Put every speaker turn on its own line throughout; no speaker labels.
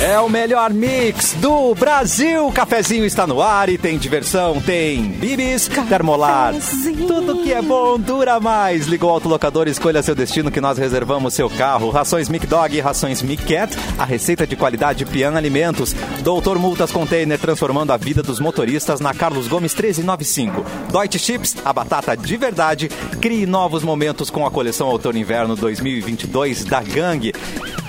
É o melhor mix do Brasil. O cafezinho está no ar e tem diversão, tem bibis, termolar. Tudo que é bom dura mais. Liga o autolocador, e escolha seu destino que nós reservamos seu carro. Rações Mic Dog, rações Mic Cat, a receita de qualidade Pian Alimentos. Doutor Multas Container, transformando a vida dos motoristas na Carlos Gomes 1395. Deutsche Chips, a batata de verdade. Crie novos momentos com a coleção Outono-Inverno 2022 da Gang.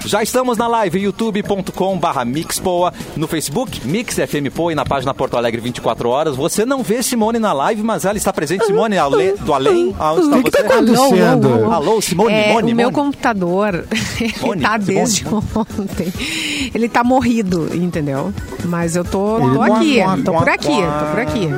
Já estamos na live youtube.com barra mixpoa, no Facebook Mix FM Poa e na página Porto Alegre 24 horas. Você não vê Simone na live, mas ela está presente. Simone ale- do além, aonde
O que
está
está
você?
acontecendo?
Alô, Alô, Simone,
É,
Mone,
o meu
Mone.
computador,
Mone,
ele
Simone,
tá desde ontem. Ele tá morrido, entendeu? Mas eu tô, tô
Ele-
aqui,
Quá, quá,
tô por aqui, tô por aqui.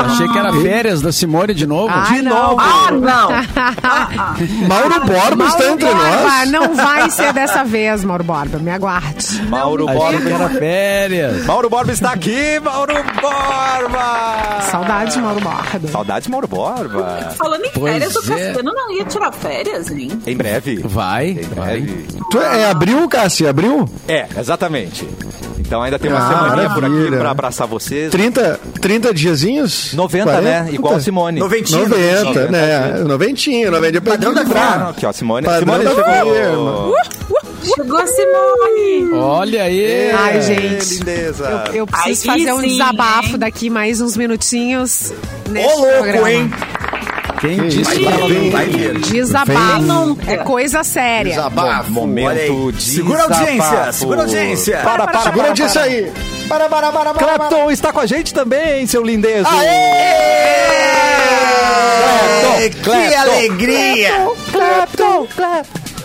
Achei que era férias da Simone de novo.
Ai, não.
novo?
Ah, não.
Mauro Borba está tá entre
Borba,
nós.
não vai ser dessa vez, Mauro Borba, me aguarde.
Mauro
Achei que
Borba.
era férias.
Mauro Borba está aqui, Mauro Borba!
Saudades, Mauro Borba.
Saudades, Mauro Borba.
Falando em
Pois
férias, o
é.
Cassiano não ia tirar férias, hein?
Em breve.
Vai,
Em
vai.
breve.
Tu é, é abril, Cássio? Abril?
É, exatamente. Então ainda tem uma
Ah,
semaninha por aqui
maravilha.
para abraçar vocês.
30, 30 diazinhos?
90, né? Igual a Simone.
90, né? Noventinho, noventinho. Padrão da
Ah, aqui, ó, Simone.
Padrão
Simone
da
chegou.
Chegou a Simone!
Olha aí.
Ai,
Ei,
gente.
Lindeza.
Eu preciso
Aí
fazer um
sim,
desabafo
hein?
daqui mais uns minutinhos nesse
Ô, louco,
programa.
hein?
Quem disse
Vai
que ela
vir,
não
vai
vai?
vir.
Desabafo.
Vem.
É coisa séria.
Desabafo.
Momento
olha aí.
de
Segura a audiência,
desabafo.
segura a audiência.
Para, para, para.
Segura disso aí.
Para, para, para, para. Clapton está com a gente também, seu lindezo.
Aê!
Clapton,
Que
Clapton.
alegria!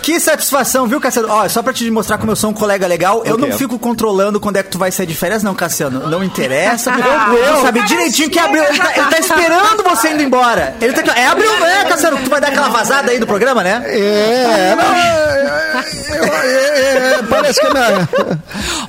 Que satisfação, viu, Cassiano? Ó, só pra te mostrar como eu sou um colega legal, eu
O
não
quê?
fico controlando quando é que tu vai sair de férias, não, Cassiano. Não interessa.
Meu
eu
Deus.
sabe direitinho que abriu. Ele tá, ele tá esperando você indo embora. Ele tá aqui, ó, É abriu, né, Cassiano? Tu vai dar aquela vazada aí do programa, né?
É, não, é, é, é, é, parece que minha,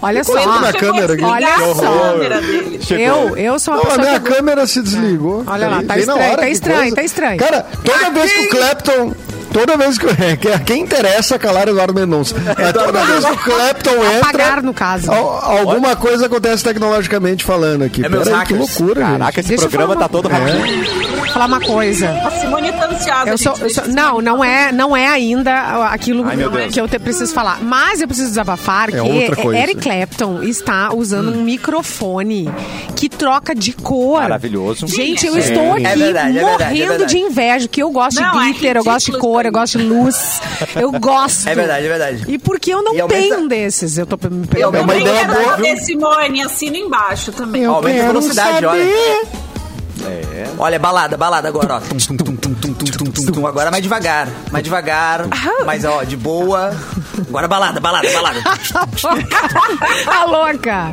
Olha só.
Olha na
Chegou a
câmera aqui.
desligar
Que
a
horror.
câmera dele.
Eu, eu sou uma
não, a
pessoa
minha
que...
câmera se desligou.
Olha lá, tá
Bem na
estranho,
hora,
tá
que
estranho,
coisa.
tá estranho.
Cara, toda vez que o Clapton... Toda vez que. é, que- Quem interessa é calar Eduardo Mendonça. É toda vez que o Clapton entra.
Apagar, no caso.
Oh.
al- alguma coisa acontece tecnologicamente falando aqui.
É meus
Peraí, que
hackers.
loucura,
Caraca, esse
Deixa eu
programa
falar.
tá todo rapidinho.
Vou falar uma coisa.
A Simone tá ansiosa.
Eu
gente,
sou, eu
deixa
sou-
eu
não, não é, não é ainda aquilo
Ai, meu Deus.
que eu te, preciso falar. Mas eu preciso
É
desabafar que
outra coisa.
Eric Clapton está usando um microfone que troca de cor.
Maravilhoso.
Gente, eu
Sim.
estou aqui
É verdade, é
morrendo
verdade, é verdade.
de inveja, que eu gosto
Não, é
de glitter, eu gosto de
ridículo
cor,
isso
eu gosto de luz. Eu gosto.
É verdade, é verdade.
E porque eu não
E aumenta-
tenho um desses? Eu tô me
Eu
perguntando.
uma
também
ideia
quero
boa,
saber, Simone, assina embaixo também.
Eu
Aumenta a
quero
velocidade,
saber.
olha. Olha, é balada, balada agora, ó. Tum, tum, tum, tum, tum, tum, tum, tum, tum. Agora mais devagar, mais devagar, mas ó, de boa. Agora balada, balada, balada.
Tá louca.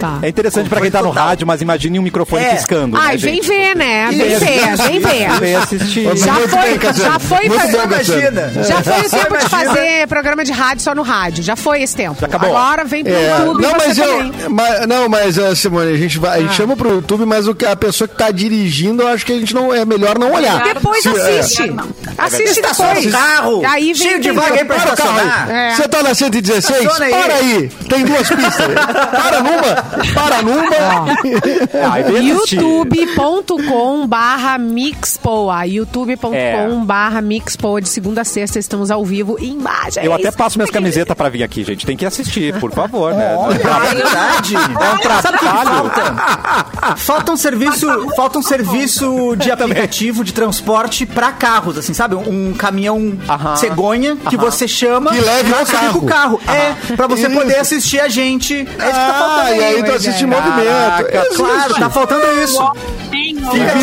Tá.
É interessante pra quem tá no rádio, mas imagine um microfone
É.
piscando.
Ai,
né,
vem
gente?
ver, né? Vem ver, vem ver.
Vem assistir.
Já
Muito
foi,
bem, Cassiano.
já foi
Muito
fazer-
bom, Cassiano.
Imagina.
Já foi o tempo de
Imagina.
fazer programa de rádio só no rádio. Já foi esse tempo.
acabou.
Agora vem pro
É,
YouTube
não,
você
mas
também.
eu, mas- não, mas ah, Simone, a gente vai, a gente chama pro YouTube, mas o que- a pessoa que tá dirigindo, eu acho que a gente não é melhor não olhar.
Depois
Se-
assiste.
não.
Assiste
Estaciona
depois.
o carro.
Aí vem
cheio de
entender.
vaga aí pra
Para o carro
estacionar.
aí.
É.
Você tá na 116?
Estaciona aí.
Para aí. Tem duas pistas. Para numa. Para numa.
Ai, vem assistir.
youtube.com barra mixpoa youtube.com barra mixpoa de segunda a sexta estamos ao vivo e embaixo É
Eu até passo minhas camisetas pra vir aqui, gente. Tem que assistir, por favor, né?
É verdade.
É um trabalho.
Falta um serviço, falta um serviço de aplicativo de transporte pra carros, assim, sabe? Um caminhão cegonha que você chama
Que leve
e
o
você
carro.
fica o carro. É, pra você
Isso.
poder assistir a gente. É isso que tá faltando.
Ah, e aí tu assiste em
é
movimento.
Caraca,
Existe.
claro, tá faltando isso.
Que
visionário.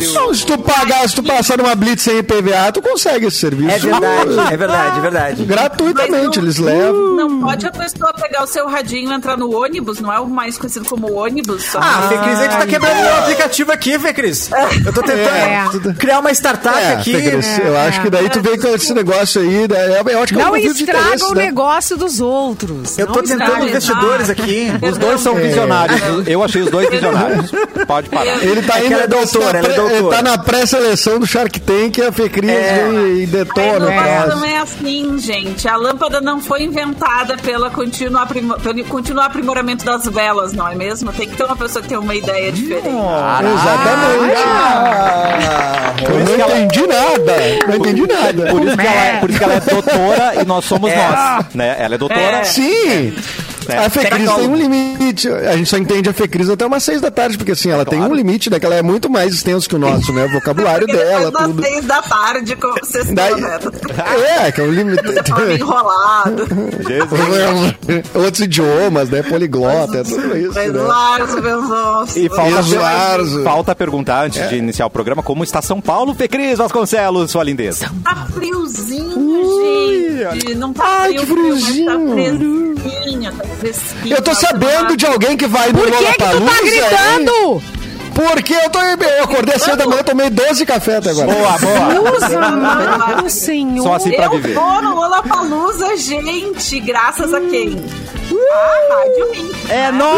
visionário. Não, se tu pagar, se tu passar numa blitz sem IPVA, tu consegue esse serviço.
É verdade, é verdade, é verdade.
Gratuitamente, eles levam.
Não pode a pessoa pegar o seu radinho e entrar no ônibus, não é o mais conhecido como ônibus. Só.
Ah, Fê Cris, aí tu tá quebrando meu aplicativo aqui, Fê Cris. Eu tô tentando
É.
criar uma startup
É,
aqui. né?
Fegres, eu acho que daí tu vem com esse negócio aí, né? eu acho que é um
não
conflito de
estraga
interesse,
o
né?
negócio dos outros
Eu tô
Não
tentando
estraga.
estraga.
investidores aqui.
É.
Os dois são visionários. Eu achei os dois visionários. Pode parar.
Eles Ele tá
É que
indo
ela é
nesse-
doutora, ela é
pré-
doutora.
Tá na pré-seleção do Shark Tank, a Fecris
É.
e, e
A
detona. o
inovação
troço.
é assim, gente. A lâmpada não foi inventada pela contínua aprimo- pelo contínuo aprimoramento das velas, não é mesmo? Tem que ter uma pessoa que tem uma ideia diferente.
é Exatamente. Ah, Eu não entendi nada. Não entendi nada.
Por isso, que ela é, por isso que ela é doutora e nós somos
É.
nós. Né? Ela é doutora.
É.
Sim!
É.
A Fecris tem
Tecnólogo.
um limite. A gente só entende a Fecris até umas seis da tarde, porque assim, ela tem um limite, né? Que ela é muito mais extenso que o nosso, né? O vocabulário
Porque
dela,
depois das
tudo.
seis da tarde, como vocês
Daí-
estão, né?
É, que é um limite.
Você tá tava enrolado.
Jesus.
Outros idiomas, né? Poliglota, é tudo isso.
Mas
Né?
Lars Benzons.
E falta,
Isso, É. Arzo.
falta perguntar antes de iniciar o programa como está São Paulo, Fecris Vasconcelos, sua lindeza.
Tá friozinho, gente. Não tá
Ai,
frio,
que
frio, mas
friozinho.
Tá fresquinho, tá fresquinho.
Eu tô
tá
sabendo
tomado.
de alguém que vai
Por
no
que, que tu tá
Lollapalooza, hein?
gritando?
Porque eu tô. Eu acordei cedo da manhã, tomei 12 café até agora.
Boa, boa.
Deus amado,
Só
senhor.
assim pra
Eu
viver.
tô no Lollapalooza, gente, graças a quem?
Hum.
A Rádio Mix.
É
É.
nóis!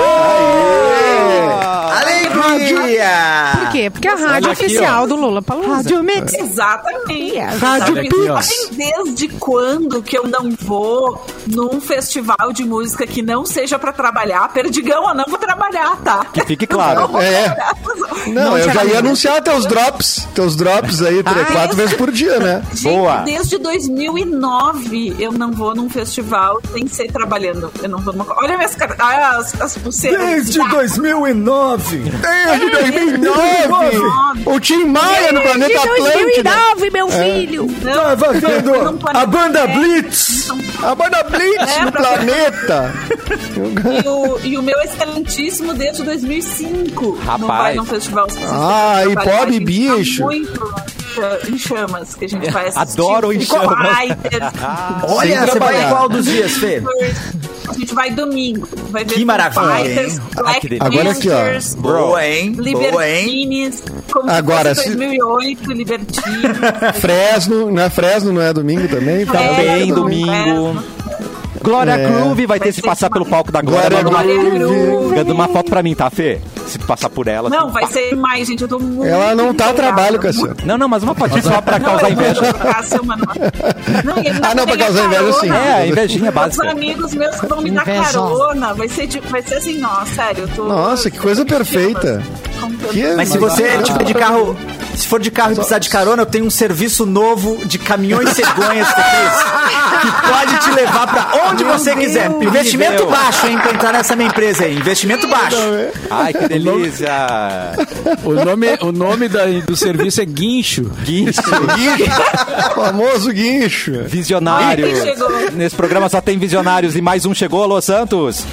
Alegria!
Por quê? Porque
Ah,
a rádio
aqui,
oficial do Lula É. Palusa. Rádio Mix.
Exatamente.
Rádio
Sabe,
Pix.
sabem desde quando que eu não vou num festival de música que não seja pra trabalhar? Perdigão, eu não vou trabalhar, tá?
Que fique claro.
É. Não, eu já ia anunciar teus drops. Teus drops aí, três,
Ah,
quatro vezes por dia, né?
Gente,
Boa.
desde 2009 eu não vou num festival sem ser trabalhando. Eu não vou numa... Olha minhas car- ah, as, as pulseiras. Ah,
2009.
É,
Desde 2009. O Tim Maia no
De
Planeta Atlântida.
2009, é
É.
meu filho.
não,
Tava vendo
eu não paro-
a banda
é,
Blitz.
A banda Blitz
É,
no
pra-
Planeta.
E o, e o meu é excelentíssimo desde 2005. Não
Rapaz.
vai num festival. sem ser
Ah,
trabalhando.
e
A gente
pobre
tá
bicho.
muito em chamas que a gente vai assistir.
Adoro Em Chamas.
Fighters.
Olha,
Sem
você vai
trabalhar.
em qual dos dias, Fê?
A gente vai domingo. Vai ver
Que maravilha,
Foo Fighters,
hein?
Black
Agora aqui, ó.
Panthers,
Boa, hein? Boa, hein?
Libertines, como
Agora,
se fosse
se-
2008, Libertines.
Fresno, não é Fresno, não é domingo também? Tá
É,
Também
não
domingo. Glória
É.
Groove vai ter
Vai
se
ser
passar
uma-
pelo palco da Glória.
Glória
Manda uma-
Groove.
Manda uma foto pra mim, tá, Fê? Se tu passar por ela.
Não,
tu-
vai ser mais, gente. Eu tô muito.
Ela não tá a
empolgada,
trabalho,
muito
Cassiano.
Não, não, mas uma fotinha só pra
Não,
causar
eu vou
inveja.
jogar, seu Manoel. Não, e ainda
Ah, não, pra
tem a
causar inveja,
carona.
sim.
É, a invejinha
Tá
Os
básica.
amigos meus que vão me dar
Invejosa.
carona. Vai ser, tipo, vai ser assim, ó, sério. eu tô-
Nossa, que coisa perfeita.
Como que eu-
Que-
Mas se você tiver de carro, se for de carro e precisar de carona, eu tenho um serviço novo de caminhões cegonhas que eu fiz, que pode te levar pra onde você quiser. Investimento
Meu.
baixo, hein, pra entrar nessa minha empresa aí. Investimento baixo.
Ai, que delícia!
O nome, o nome da- do serviço é Guincho.
Guincho,
Guincho, famoso guincho.
visionário.
Ai, quem chegou?
Nesse programa só tem visionários e mais um chegou, Alô Santos.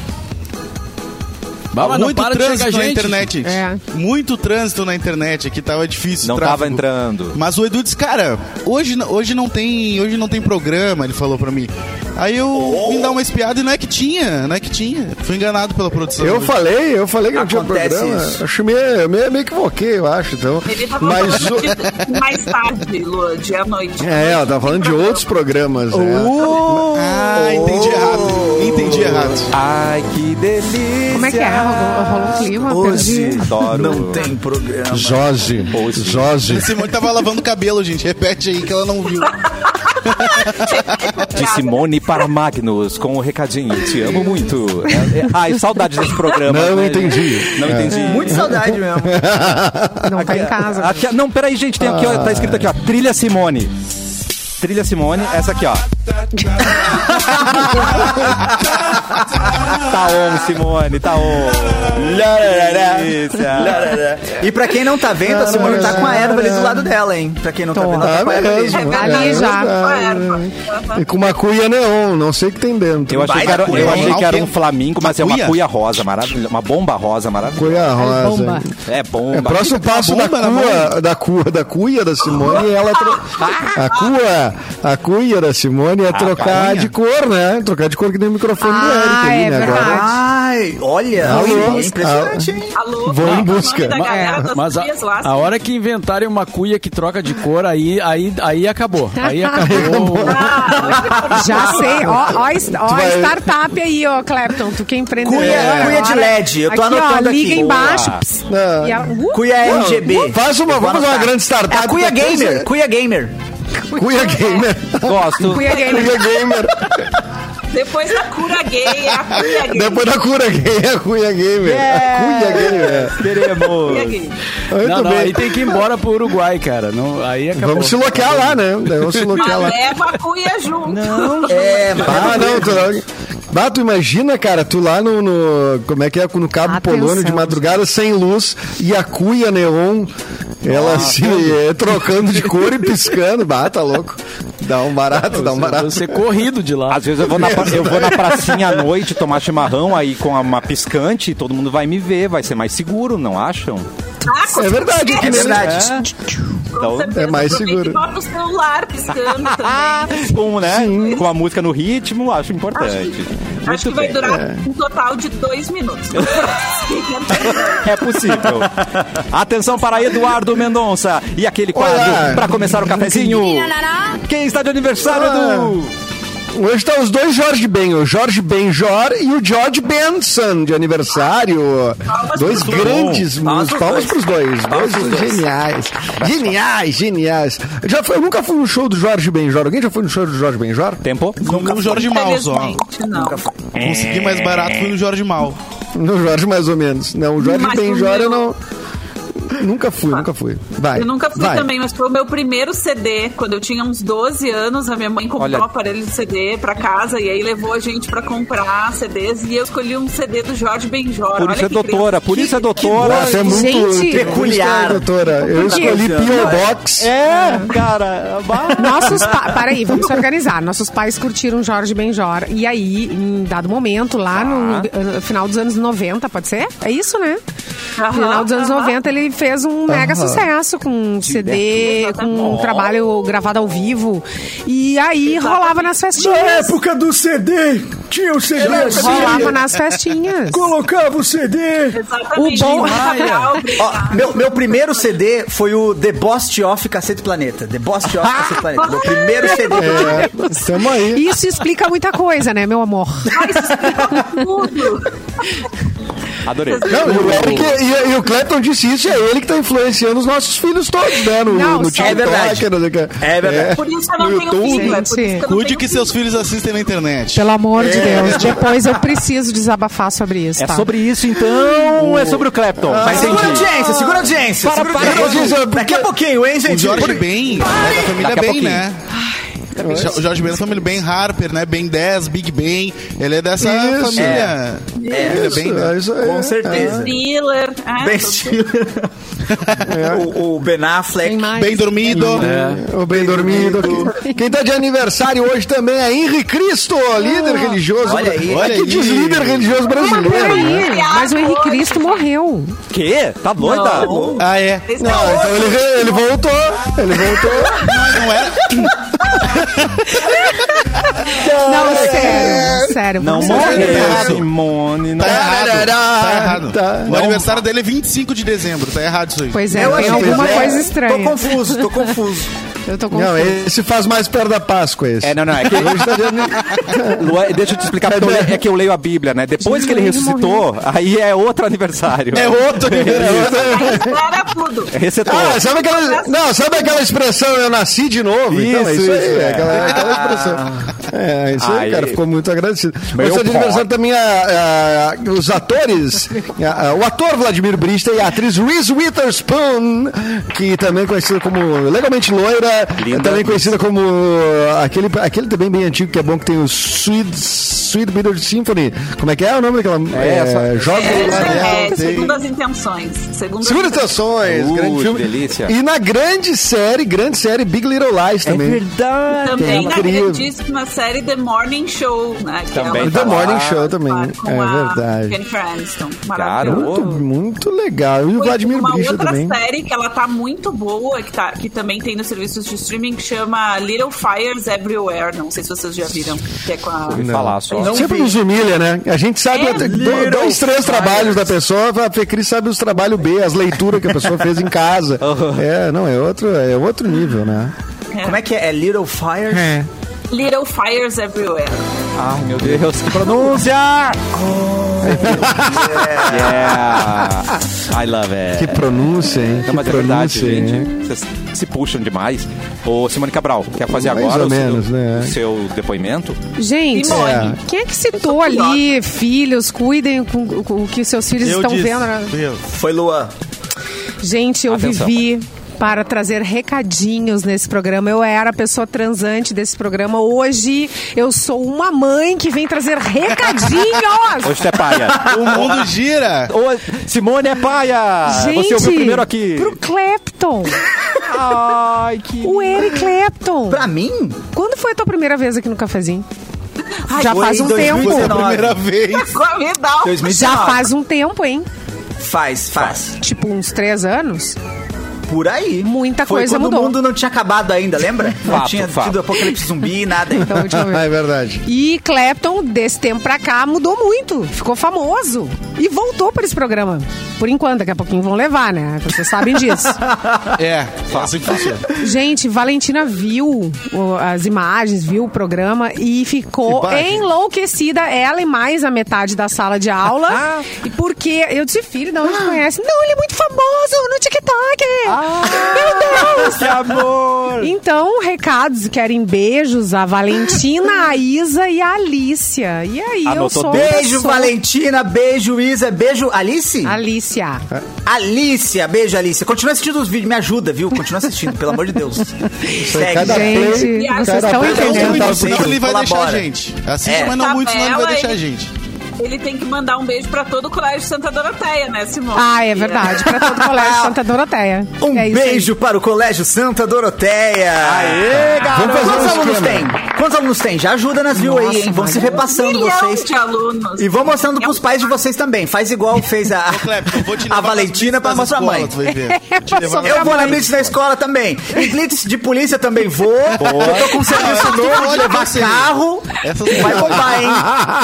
Baba, Ah, não
muito
para de
trânsito
chegar
na
gente.
internet.
É.
Muito trânsito na internet aqui, tava difícil.
Não
o
tava
tráfego.
entrando.
Mas o Edu disse, cara, hoje, n- hoje, não, tem, hoje não tem programa, ele falou pra mim. Aí eu vim dar uma espiada e não é que tinha, não é que tinha. Fui enganado pela produção.
Eu falei, eu falei que não tinha
Acontece
programa.
isso.
Acho meio, eu meio, meio equivoquei, eu acho. Então.
Ele tá falando
Mas. o-
de- mais tarde, Lua, de à noite.
É, ela tá falando de outros programas, né?
Uh!
Ah, entendi
Oh!
errado. Entendi errado.
Ai, que delícia!
Como é que é?
Ah,
Rolou rolou um clima?
Hoje
perdi.
Adoro.
não tem programa.
Jorge. Jorge.
Simone tava lavando o cabelo, gente. Repete aí que ela não viu.
De Simone para Magnus, com o recadinho. Te amo muito. É, é- ai, saudade desse programa.
Não
né,
entendi.
gente? Não
É.
entendi.
Muito saudade mesmo.
Não tá em casa.
Aqui, ó, não, peraí, gente, tem aqui, ó, tá escrito aqui, ó, Trilha Simone. Trilha Simone, essa aqui, ó. tá on, Simone, tá on. Delícia.
E pra quem não tá vendo, a Simone tá com a erva ali do lado dela, hein? Pra quem não tá vendo, ela tá
Ah,
com a erva ali.
mesmo.
Ali
é,
já.
é. E com uma cuia neon, não sei o que tem dentro.
Eu achei, que era, eu
cuia.
achei que era um flamingo, mas é uma
Cuia?
cuia rosa, maravilhosa. Uma bomba rosa, maravilhosa.
Cuia rosa.
bomba.
É bomba.
É, próximo passo da
bomba na
cua, da cua, da cuia da Simone, ela tro- a cua, a cuia da Simone, microfone, ia trocar
calma.
de cor, né? Trocar de cor que nem o microfone do
Ah,
Eric ali,
é
né?
verdade.
Agora
Ai, olha,
Alô?
é impressionante,
Tá.
hein?
Alô,
Vou em
qual é o nome
busca.
da
Ma-
galera das
Mas a,
crias lá?
a hora que inventarem uma cuia que troca de cor, aí, aí, aí acabou. Aí acabou.
Já sei. Ó, ó, es- ó
vai-
a startup aí, ó, Clepton. Tu que é empreendedor.
Cuia-
agora.
cuia de LED, eu tô anotando
ó, liga
aqui.
embaixo.
Boa.
pss,
Não.
e a- uh,
Cuia RGB.
Faz uma-
Eu vou
vamos fazer uma
anotar.
grande startup
É, Cuia
depois,
Gamer,
né?
Cuia Gamer.
Cuia Gamer.
Gosto.
Cuia gamer.
Cuia Gamer.
Depois da cura gay, é a cura gay.
Depois da cura gay, é Cuia Gamer. Cuia Gamer.
Cura
Teremos.
gay.
Muito
Não, não,
bem.
aí tem que ir embora pro Uruguai, cara. Não, aí acabou.
Vamos se loquear lá, né? Daí Vamos se
Mas
loquear lá.
leva a cuia junto.
É, mas
Ah, não, tu Bah, tu imagina, cara, tu lá no, no- Como é que é? No Cabo
Atenção.
Polônio de madrugada, sem luz, e a cuia neon, ela se é, trocando de cor e piscando. Bah, tá louco. Dá um barato, dá um barato.
Você corrido de lá.
Às vezes eu vou, na, pra- eu vou na pracinha à noite tomar chimarrão aí com a- uma piscante, todo mundo vai me ver, vai ser mais seguro, não acham?
Ah, com
É verdade,
certeza,
que nem-
verdade.
com
Então,
certeza.
é mais
Aproveita
seguro.
e Bota o celular piscando
Ah,
também.
com, né? Com a música no ritmo, acho importante.
Acho que
Muito
vai
bem.
durar um total de dois minutos.
É possível. Atenção para Eduardo Mendonça e aquele
Olá.
quadro para começar o cafezinho. Quem está de aniversário,
Ah.
Edu?
Hoje tá os dois Jorge Ben, o Jorge Benjor e o George Benson de aniversário.
pros dois.
dois grandes
Palmas
palmas, palmas pros
pros dois.
dois.
Palmas pros
dois
dois.
geniais. Geniais, geniais. Eu Já foi, eu nunca fui no show do Jorge Benjor. Alguém já foi no show do Jorge Benjor?
Tempo?
No, no Jorge Mal, só.
Infelizmente, não.
Consegui mais barato foi no Jorge Mal.
No Jorge, mais ou menos. Não, o Jorge
Mais ou
Benjor eu não.
menos.
Nunca fui, nunca fui.
Tá.
Vai.
Eu nunca fui
vai.
também, mas foi o meu primeiro CD. Quando eu tinha uns 12 anos, a minha mãe comprou
Olha.
um aparelho de CD pra casa e aí levou a gente pra comprar CDs e eu escolhi um CD do Jorge Benjor.
Por
Olha
isso é
que criança.
doutora, por isso é doutora.
Nossa, é muito
Gente,
peculiar.
doutora. Eu
Por quê?
escolhi P.O. Box.
É, cara. bah.
Nossos pais. Peraí, vamos se organizar. Nossos pais curtiram Jorge Benjor. E aí, em dado momento, lá no
Tá.
eh, final dos anos 90, pode ser? É isso, né? No
Aham,
final dos anos
aham.
90, ele fez um mega sucesso com um CD, com um trabalho gravado ao vivo. E aí rolava nas
Na
festinhas.
época do CD, tinha o CD.
é assim.
Rolava nas festinhas.
Colocava o CD.
Exatamente. é
O bom-
Ó, meu, meu primeiro CD foi o The Boss of Cacete Planeta. The Boss of Cacete Planeta. Meu primeiro CD.
É, tamo aí.
Isso explica muita coisa, né, meu amor?
Tudo.
Adorei.
Não, e o Eric e, e o Clapton disse isso, e é ele que tá influenciando os nossos filhos todos, né? No,
Não,
no
sim.
TikTok,
É verdade.
não sei o que.
É verdade.
Por isso eu não
No
tenho filho. É por isso
Gente.
que eu não
Cuide
tenho
que seus filhos assistem na internet.
Pelo amor de
É.
Deus. Depois eu preciso desabafar sobre isso.
É
tá?
sobre isso, então. É sobre o Clapton.
Ah.
Vai
Mas segura a
sentir.
audiência, segura a audiência. segura a
para,
audiência.
para,
Daqui a pouquinho, hein,
O
gente?
Jorge Ben, é da família
Daqui a
Ben,
pouquinho.
né? Jo- O Jorge Ben é da família Ben Harper, né? Ben 10, Big Ben. Ele é dessa
Isso.
família.
É.
Família
Isso,
Ben, né?
é isso aí.
Com certeza.
Thriller. Ah,
Ben
tô-
Stiller. o, o Ben Affleck.
Tem mais?
Bem dormido.
O bem dormido. Quem tá de aniversário hoje também é Henri Cristo, líder religioso.
Olha aí,
É
olha
que
aí.
diz líder religioso
Mas
brasileiro. né?
peraí, Tá mas o Henrique Cristo morreu.
Quê? Tá doida?
Ah, é.
Esse é
Não,
outro.
então ele, re- ele voltou. Ele voltou.
Não era?
Não, sério, sério.
Não
vamos-
morreu,
errado.
Simone. Não
Tá errado. Tá errado.
Tá.
O aniversário dele é 25 de dezembro. Tá errado isso aí.
Pois é,
Eu
tem
acho que-
alguma
é,
coisa
Tô
estranha.
confuso, tô confuso.
Eu tô
Não,
confusa.
esse faz mais perto da Páscoa, esse.
É, não, não. É que...
Hoje tá de aniversário.
Lua- deixa eu te explicar, porque eu leio- é que eu leio a Bíblia, né? Depois que ele ressuscitou, aí é outro aniversário. É
É outro aniversário.
Era tudo.
Recetou.
Ah, sabe aquela, não, sabe aquela expressão, eu nasci de novo? então, é
Isso,
isso, aí,
isso,
é.
é.
Aquela, é aquela expressão. É, é isso aí,
Aí.
cara, ficou muito agradecido.
Meu
Mas de
pau.
aniversário também a, a- os atores, a- a- o ator Vladimir Brista e a atriz Reese Witherspoon, que também é conhecida como Legalmente Loira,
Linda.
também conhecida como aquele, aquele também bem antigo, que é bom que tem o Sweet, Sweet Bitter Symphony. Como é que é o nome daquela...
É,
É,
essa-
Jogos
Esse
Lá Real,
é,
tem-
segundo as intenções. Segundo as
Segunda
intenções.
Estações,
Uh,
grande
que
filme.
delícia.
E na grande série, grande série Big Little Lies
É
também.
verdade.
Também na
Incrível.
grandíssima série The Morning Show, né? que
Também
ela
The
faz
Morning
lá,
Show também,
com
é
a
verdade.
Jennifer Aniston.
muito,
Maravilhoso.
muito legal. E o
Foi
Vladimir
uma
Brista
outra
também.
série que ela tá muito boa, que, tá, que também tem no serviço serviços de streaming que chama Little Fires Everywhere. Não sei se vocês já viram. Que é com a...
Ouvi falar só.
Não Sempre nos humilha, né? A gente sabe
um É.
até do- dois, três trabalhos da pessoa, a Fecris sabe os trabalhos B, as leituras que a pessoa fez em casa.
Oh.
É, não, é outro, é outro nível, né?
Como é que é? É Little Fires?
Little Fires Everywhere.
Ai, meu Deus, que pronúncia! yeah. I love it.
Que pronúncia, hein?
Não,
que
mas é verdade,
pronúncia, hein?
gente. Vocês se puxam demais. Ô, Simone Cabral, quer fazer
Mais
agora
ou
o seu-
menos, né?
o seu depoimento?
Gente,
Simone.
quem é que citou ali filhos, cuidem com, com o que seus filhos estão vendo? né?
Eu.
Foi Luan.
Gente, eu
Atenção.
vivi para trazer recadinhos nesse programa. Eu era a pessoa transante desse programa. Hoje eu sou uma mãe que vem trazer recadinhos.
Hoje tu é paia.
O mundo gira.
Ô, Simone é paia!
Gente,
Você ouviu primeiro aqui.
pro Clapton,
Ai, que...
o Eric Clapton.
Pra mim?
Quando foi a tua primeira vez aqui no cafezinho?
Ai,
Já
foi
faz
em
um tempo.
2019.
Primeira vez.
Me dá um-
2019.
Já faz um tempo, hein?
Faz, faz.
Tipo uns três anos.
Por aí.
Muita
Foi
coisa
quando
mudou.
o mundo não tinha acabado ainda, lembra? não
Fato,
tinha
fato.
tido apocalipse zumbi, nada ainda.
Então, deixa eu ver.
Ah, é verdade.
E Clapton, desse tempo pra cá, mudou muito. Ficou famoso. E voltou pra esse programa. Por enquanto, daqui a pouquinho vão levar, né? Vocês sabem disso.
É, assim que funciona.
Gente, Valentina viu o- as imagens, viu o programa e ficou
Imagens.
enlouquecida. Ela e mais a metade da sala de aula. E porque eu disse, filho, de onde tu conhece? Não, ele é muito famoso no TikTok. Meu Deus!
Que amor!
Então, recados, querem beijos a Valentina, a Isa e a Alicia. E aí, eu
Anotou.
sou.
Beijo,
sou-
Valentina. Beijo, Isa. Beijo, Alice?
Alicia.
Alicia. Beijo, Alice. Continua assistindo os vídeos. Me ajuda, viu? Continua assistindo, pelo amor de Deus.
Gente, é
Cada play,
Segue.
vocês
cada
estão
play,
entendendo?
cada
Muito,
play.
Então, senão ele vai deixar a
Colabora.
gente. Assiste,
É.
mas não muito, senão ele vai
Tabela,
deixar a
ele-
gente.
Ele tem que mandar um beijo pra todo o colégio Santa Doroteia, né, Simone?
Ah, é verdade. Pra todo o colégio Santa Doroteia.
Um
É isso aí.
beijo para o Colégio Santa Doroteia. Aê,
Vamos fazer
Quantos
um
alunos
esquema.
tem? Quantos alunos tem? Já ajuda nas views aí, hein? Vão se
Um
repassando
milhão
vocês.
de alunos.
E vou mostrando pros
É um-
pais de vocês também. Faz igual fez a,
Ô, Clepton, eu vou te
a
levar nas
Valentina é
blitz
pra
das
mostrar a mãe.
escolas, tu vai ver.
É,
Te levar
passou
nas-
Eu vou na
mãe.
blitz da escola também. Em blitz de polícia também vou. Eu tô com um serviço novo de
olha
levar
você.
carro.
Essas-
Vai bombar, hein?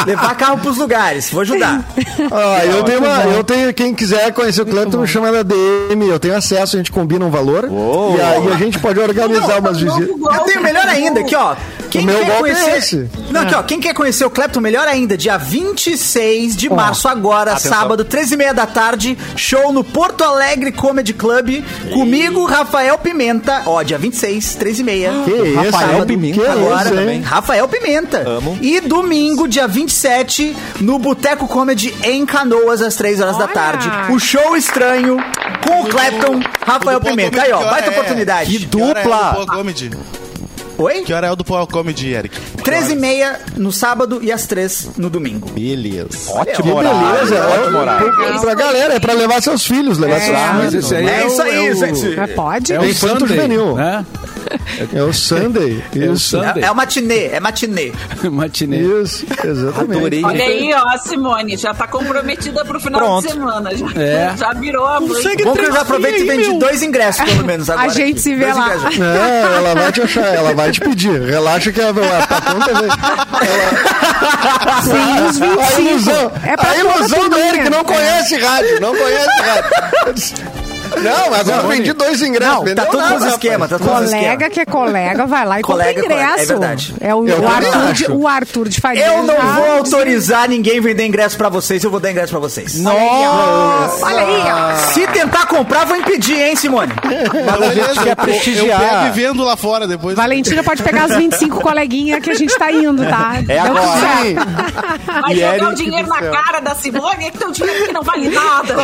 Levar carro pros lugares. Vou ajudar.
Ah, eu tenho uma, eu tenho, quem quiser conhecer o Cleiton, me chama na DM, eu tenho acesso, a gente combina um valor, e aí a gente pode organizar umas visitas.
Novo
Eu tenho melhor ainda aqui, ó. Quem
O meu
quer
golpe é
conhecer...
esse.
Não, aqui, ó. Quem quer conhecer o Clepton melhor ainda, dia 26 de março, agora, sábado, 13h30 da tarde, show no Porto Alegre Comedy Club, comigo, Rafael Pimenta. Ó, dia 26, 13h30.
Que isso,
Rafael
hein?
Pimenta
que
Agora
isso,
também.
hein?
Rafael Pimenta.
Amo.
E domingo, dia 27, no Boteco Comedy em Canoas, às 3 horas da
Olha.
tarde. O show estranho com o Clapton, Rafael
do Paul
Pimenta.
Comedy,
Aí, ó,
que hora
baita
é?
oportunidade.
Que hora é o
Dupla.
do Paul Comedy?
Oi?
Que hora é o do Paul Comedy, Eric?
13 e meia no sábado e às 3 no domingo.
Beleza.
Ótimo
Que
horário,
Tipo, beleza,
ótimo
é,
horário.
pra, pra galera, é pra levar seus filhos, levar
Ah, mas
seus filhos.
esse aí
É
o-
isso aí,
é o-
gente.
Mas pode?
É
Tem
o
infanto
Sunday,
juvenil.
né?
É o Sunday,
É o
isso,
Sunday.
É, é o matinê, é matinê.
Matinê.
isso, exatamente.
Adorei.
Olha aí, ó, Simone, já tá comprometida pro final
Pronto.
de semana. Já,
É.
já virou a mãe.
Bom que eu já aproveito e vendi dois ingressos, pelo menos, agora.
gente
aqui.
se vê
Dois
lá.
ingressos.
É, ela vai te achar, ela vai te pedir. Relaxa que tá a, a, a conta vem.
Sim, os
A
25.
ilusão,
É pra
a ilusão do
toda
Eric
turminha.
não conhece rádio, não conhece rádio. Não, mas eu vendi dois ingressos.
Não, tá
vendeu
tudo
nada,
nos esquema, tá tudo nos esquema.
Colega que é colega, vai lá e
Colega,
compra ingresso.
colega, é verdade.
É o,
Eu
o,
também
Arthur,
acho.
de, o Arthur de Faria.
Eu não
já-
vou autorizar ninguém vender ingresso pra vocês, eu vou dar ingresso pra vocês.
Nossa, olha aí, ó.
Se tentar comprar, vou impedir, hein, Simone?
Mas Então, beleza,
quer
eu-
prestigiar.
Eu pego e vendo lá fora depois.
Valentina pode pegar as 25 coleguinhas que a gente tá indo, tá?
É
Deu tudo
agora.
certo.
Vai jogar o dinheiro na cara da Simone, é que teu dinheiro que não vale nada.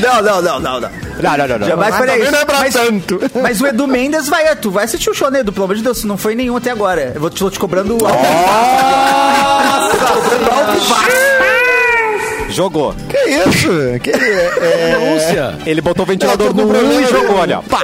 Não, não, não, não, não.
Não, não, não, não.
Jamais
Mas
falei
também
isso.
não é pra
Mas,
tanto.
mas o Edu Mendes vai, tu vai assistir o show, né, Edu? Pelo amor de Deus, não foi nenhum até agora. Eu vou te, tô te cobrando. Nossa! cobrando alto e baixo.
Jogou.
Que isso? Que, é, é-
Rússia.
Ele botou o
Eu
ventilador
tô
no
com
problema
problema
e
de-
jogou, olha. ó. Pá.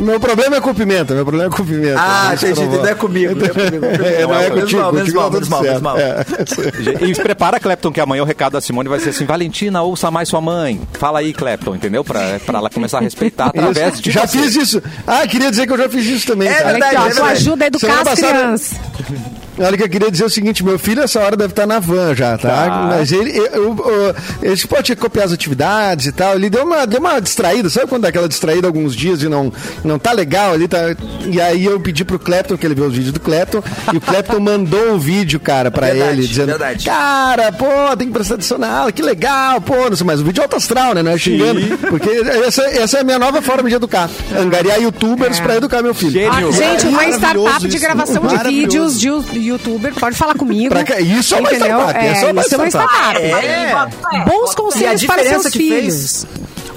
Meu problema é com pimenta, meu problema é com pimenta.
Ah,
Isso
gente,
eu
não é comigo. Não é comigo.
É, não é contigo,
mal, menos
contigo
mal,
tá
menos
tudo
mal, menos
certo.
mal.
É.
E se prepara, Clepton, que amanhã o recado da Simone vai ser assim: Valentina, ouça mais sua mãe. Fala aí, Clepton, entendeu? Pra, pra ela começar a respeitar através
Isso.
de.
Já
você.
fiz isso. Ah, queria dizer que eu já fiz isso também.
É
cara.
Olha aqui,
verdade,
ó,
é
tu
verdade.
ajuda a educar
Semana
as
passada-
crianças.
Olha, que eu queria dizer é o seguinte: meu filho, essa hora deve estar na van já, tá?
Tá.
Mas ele, eu, eu- ele disse, pô, tinha que copiar as atividades e tal. Ele deu uma, deu uma distraída, sabe quando dá aquela distraída alguns dias e não, não tá legal ali? Tá... E aí eu pedi pro Clepton, que ele viu os vídeos do Clepton, e o Clepton mandou um vídeo, cara, pra
Verdade,
ele, dizendo:
verdade.
Cara, pô, tem que prestar atenção na aula, que legal, pô, não sei mais. O vídeo é alto astral, né? Não é xingando. Porque essa, essa é a minha nova forma de educar: angariar youtubers pra educar meu filho.
Gênio.
Ah, gente, uma
Maravilhoso
startup de
isso.
gravação de
Maravilhoso.
vídeos de you- youtuber, pode falar comigo.
Pra cá- isso é uma
Entendeu?
startup,
É,
é só uma
isso é uma
startup.
startup.
É.
Bons
E a
conselhos para
diferença
seus
que
filhos.
fez.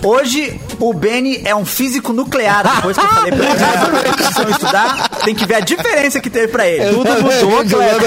Hoje, o Benny é um físico nuclear. Depois que eu falei pra ele que eles precisam estudar, tem que ver a diferença que teve pra ele.
Tudo mudou, Clepton.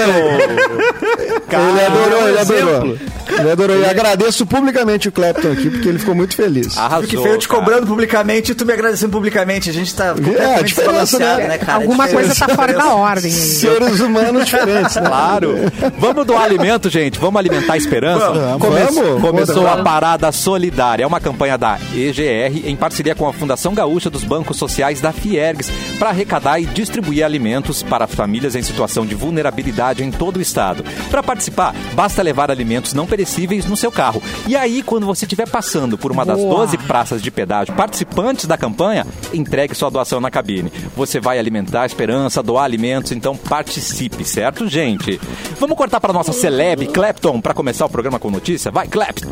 Ele adorou, ele
exemplo.
adorou. Ele adorou. E agradeço publicamente o Clapton aqui, porque ele ficou muito feliz.
Arrasou.
Porque foi eu te
cara.
cobrando publicamente e tu me agradecendo publicamente. A gente tá
É, a
completamente
diferença,
desbalanceado,
né?
né, cara?
Alguma
A
coisa
diferença-
tá fora da ordem. aí.
Seres humanos diferentes, né?
Claro. Vamos doar alimento, gente. Vamos alimentar a esperança.
Vamos,
Come-
vamos.
Começou
Vamos.
a parada solidária. É uma campanha da EGR em parceria com a Fundação Gaúcha dos Bancos Sociais da Fiergs para arrecadar e distribuir alimentos para famílias em situação de vulnerabilidade em todo o estado. Para participar, basta levar alimentos não perecíveis no seu carro. E aí, quando você estiver passando por uma das
Boa.
12 praças de pedágio participantes da campanha, entregue sua doação na cabine. Você vai alimentar a esperança, doar alimentos, então participe, certo, gente? Vamos cortar para nossa celeb, Clapton, para começar o programa com notícia? Vai, Clapton!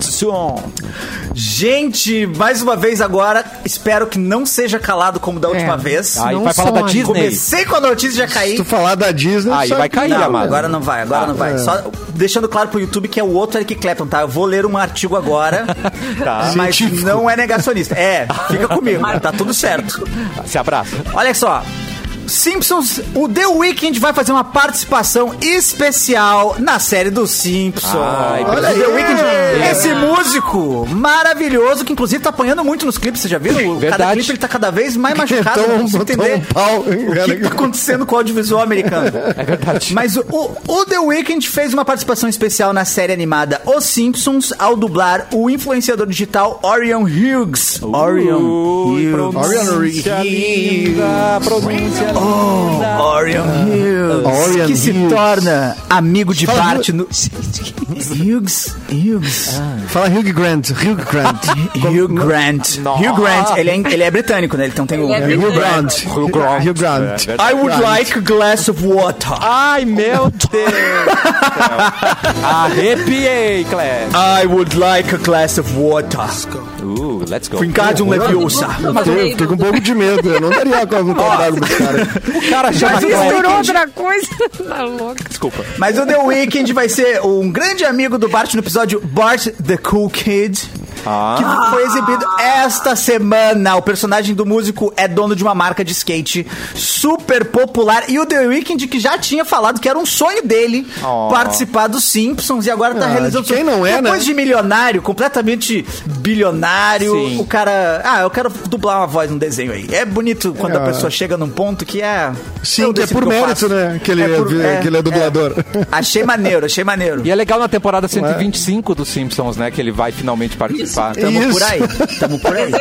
Gente, mais uma vez agora, espero que não seja calado como da última
É.
vez.
Aí
Não
vai falar da
some.
Disney.
Comecei com a notícia e já
Se
caí.
tu falar da Disney,
Aí
sabe
vai
que
cair,
não.
Não,
amado.
agora não vai, agora não vai. Só deixando claro pro YouTube que é o outro Eric Clapton, tá? Eu vou ler um artigo agora,
Tá.
mas
Científico.
não é negacionista. É, fica comigo, tá tudo certo.
Se abraça.
Olha só. Simpsons, o The Weeknd vai fazer uma participação especial na série dos Simpsons.
Ai,
Olha
precisa-
The Weeknd, esse músico maravilhoso que inclusive tá apanhando muito nos clipes, vocês já viram? Cada
Verdade.
clipe ele tá cada vez mais machucado, não consigo
Então, botou
entender
um pau.
o que tá acontecendo com o audiovisual americano. É verdade. Mas o, o The Weeknd fez uma participação especial na série animada Os Simpsons ao dublar o influenciador digital Orion Hughes. Orion Hughes.
Orion Hughes.
Oh, Orion Hughes.
Orion
que se
Hughes.
torna amigo de
Fala,
Bart no... Hughes, Hughes,
Fala Hugh Grant, Hugh Grant.
Hugh Grant. Hugh Grant, ele é, ele é britânico, né? Ele não tem o...
Ele é
Hugh Grant.
Hugh Grant.
Hugh Grant.
I would like a glass of water.
Ai, meu Deus! do céu. Arrepiei, Clapton.
I would like a glass of water.
Uh, let's go.
Vingardium Leviosa.
Mas
Eu fiquei com um pouco de medo, eu não daria com um copo d'água pro cara.
O cara chama
Mas
Clapton.
misturou outra coisa. Tá louca.
é- Desculpa.
Mas o The Weeknd vai ser um grande amigo do Bart no episódio Bart the Cool Kid.
Ah.
Que foi exibido esta semana. O personagem do músico é dono de uma marca de skate super popular. E o The Weeknd, que já tinha falado que era um sonho dele participar dos Simpsons. E agora tá
Ah,
realizando.
de quem
sonho.
não é, né?
Depois de milionário, completamente bilionário,
Sim.
o cara. Ah, eu quero dublar uma voz num desenho aí. É bonito quando a
Ah.
pessoa chega num ponto que é.
Sim,
eu
que é
decido
por
o eu
mérito,
faço.
né, que ele é- que ele é dublador.
Achei maneiro, achei maneiro.
E é legal na temporada 125 dos Simpsons, né? Que ele vai finalmente participar. Então,
Tamo
Isso.
por aí. Tamo por aí.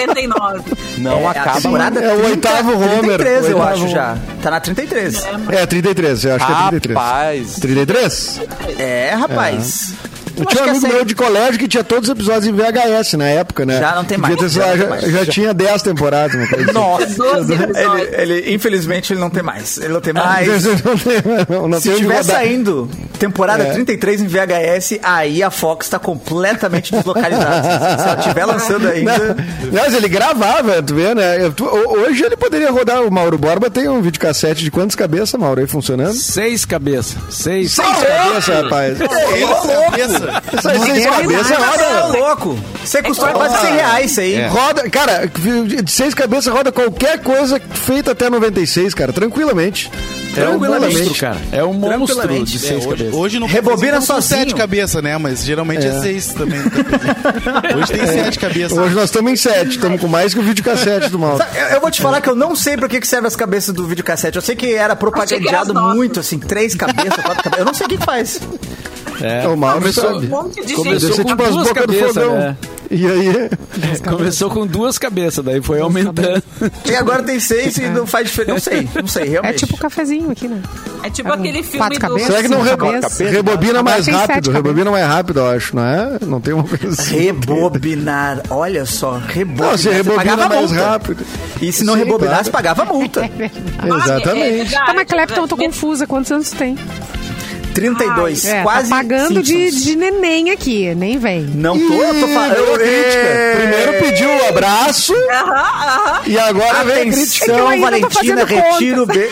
149.
Não
É, a
acaba.
temporada
É o
30,
oitavo Homer,
33, eu
oitavo
acho
Homer.
já. Tá na 33.
É, 33, eu acho que é 33.
Rapaz.
33?
É, rapaz.
Eu
acho
tinha um
que é
amigo
essa aí-
meu de colégio que tinha todos os episódios em VHS na época, né?
Já não tem
Devia
mais,
ter,
já
já,
não tem
já tinha 10 temporadas, uma coisa assim.
Nossa.
12 episódios.
É. Ele, é ele- infelizmente, ele não tem mais. Ele não tem mais.
Não tem- não- não
Se
tem onde
tiver
rodar.
saindo temporada 33 em VHS, aí a Fox tá completamente deslocalizada. Se- Se ela tiver lançando ainda.
Não, mas ele gravava, tu vê, né? Eu- tu- ho- hoje ele poderia rodar. O Mauro Borba tem um videocassete de quantas cabeças, Mauro, aí funcionando?
Seis cabeças. Seis.
Seis cabeças, rapaz.
Ele cabeça.
cabeça.
Isso aí, seis cabeças
é
roda.
louco. É. Você custou quase 100 reais isso aí.
Roda, cara, de seis cabeças roda qualquer coisa feita até 96, cara, tranquilamente.
É um
Tranquilamente.
monstro, cara. É um monstro
Tranquilamente.
de seis
hoje,
cabeças.
hoje não
Rebobina
só
sozinho.
sete cabeças, né? Mas geralmente é, seis também. hoje tem
É.
sete cabeças.
Hoje nós estamos em sete, estamos com mais que o videocassete do mal.
Sabe, Eu, eu vou te falar que eu não sei pra que, que serve as cabeças do videocassete. Eu sei que era
Achei que era as
propagandeado
nossas.
muito, assim, três cabeças, quatro cabeças. Eu não sei o que que faz.
É, o mal
Começou-
sabe.
Um monte de
Começou
Deve
gente.
ser
com
tipo as
duas
bocas do
cabeças,
fogão.
né?
E aí?
Começou com duas cabeças, daí foi aumentando.
E agora tem seis e não faz diferença. Não sei, não sei,
É
realmente.
tipo o cafezinho aqui, né?
É tipo aquele filme
Quatro
do.
cabeças?
Será que não
Cinco
rebo-
cabeças.
rebobina
Agora
mais
tem sete
rápido?
cabeças.
Rebobina mais rápido, eu acho, não é? Não tem uma coisa assim.
Rebobinar, olha só, rebobinar.
Não, se
Você
rebobina
pagava
mais
multa.
rápido.
E se não
Sim, claro.
rebobinasse, pagava multa.
é,
Exatamente.
Tá, É mas
tipo,
Clepton,
Ah,
eu tô confusa. Quantos anos tu tem?
32,
É,
quase.
tá pagando de,
Simpsons.
de neném aqui. Nem vem.
Não tô, eu tô falando.
Ih,
Eu
veio a crítica. Primeiro pediu o abraço e
Ah,
agora vem a
É
crítica.
que eu
Atenção,
ainda tô
Valentina,
fazendo conta.
retiro o beijo.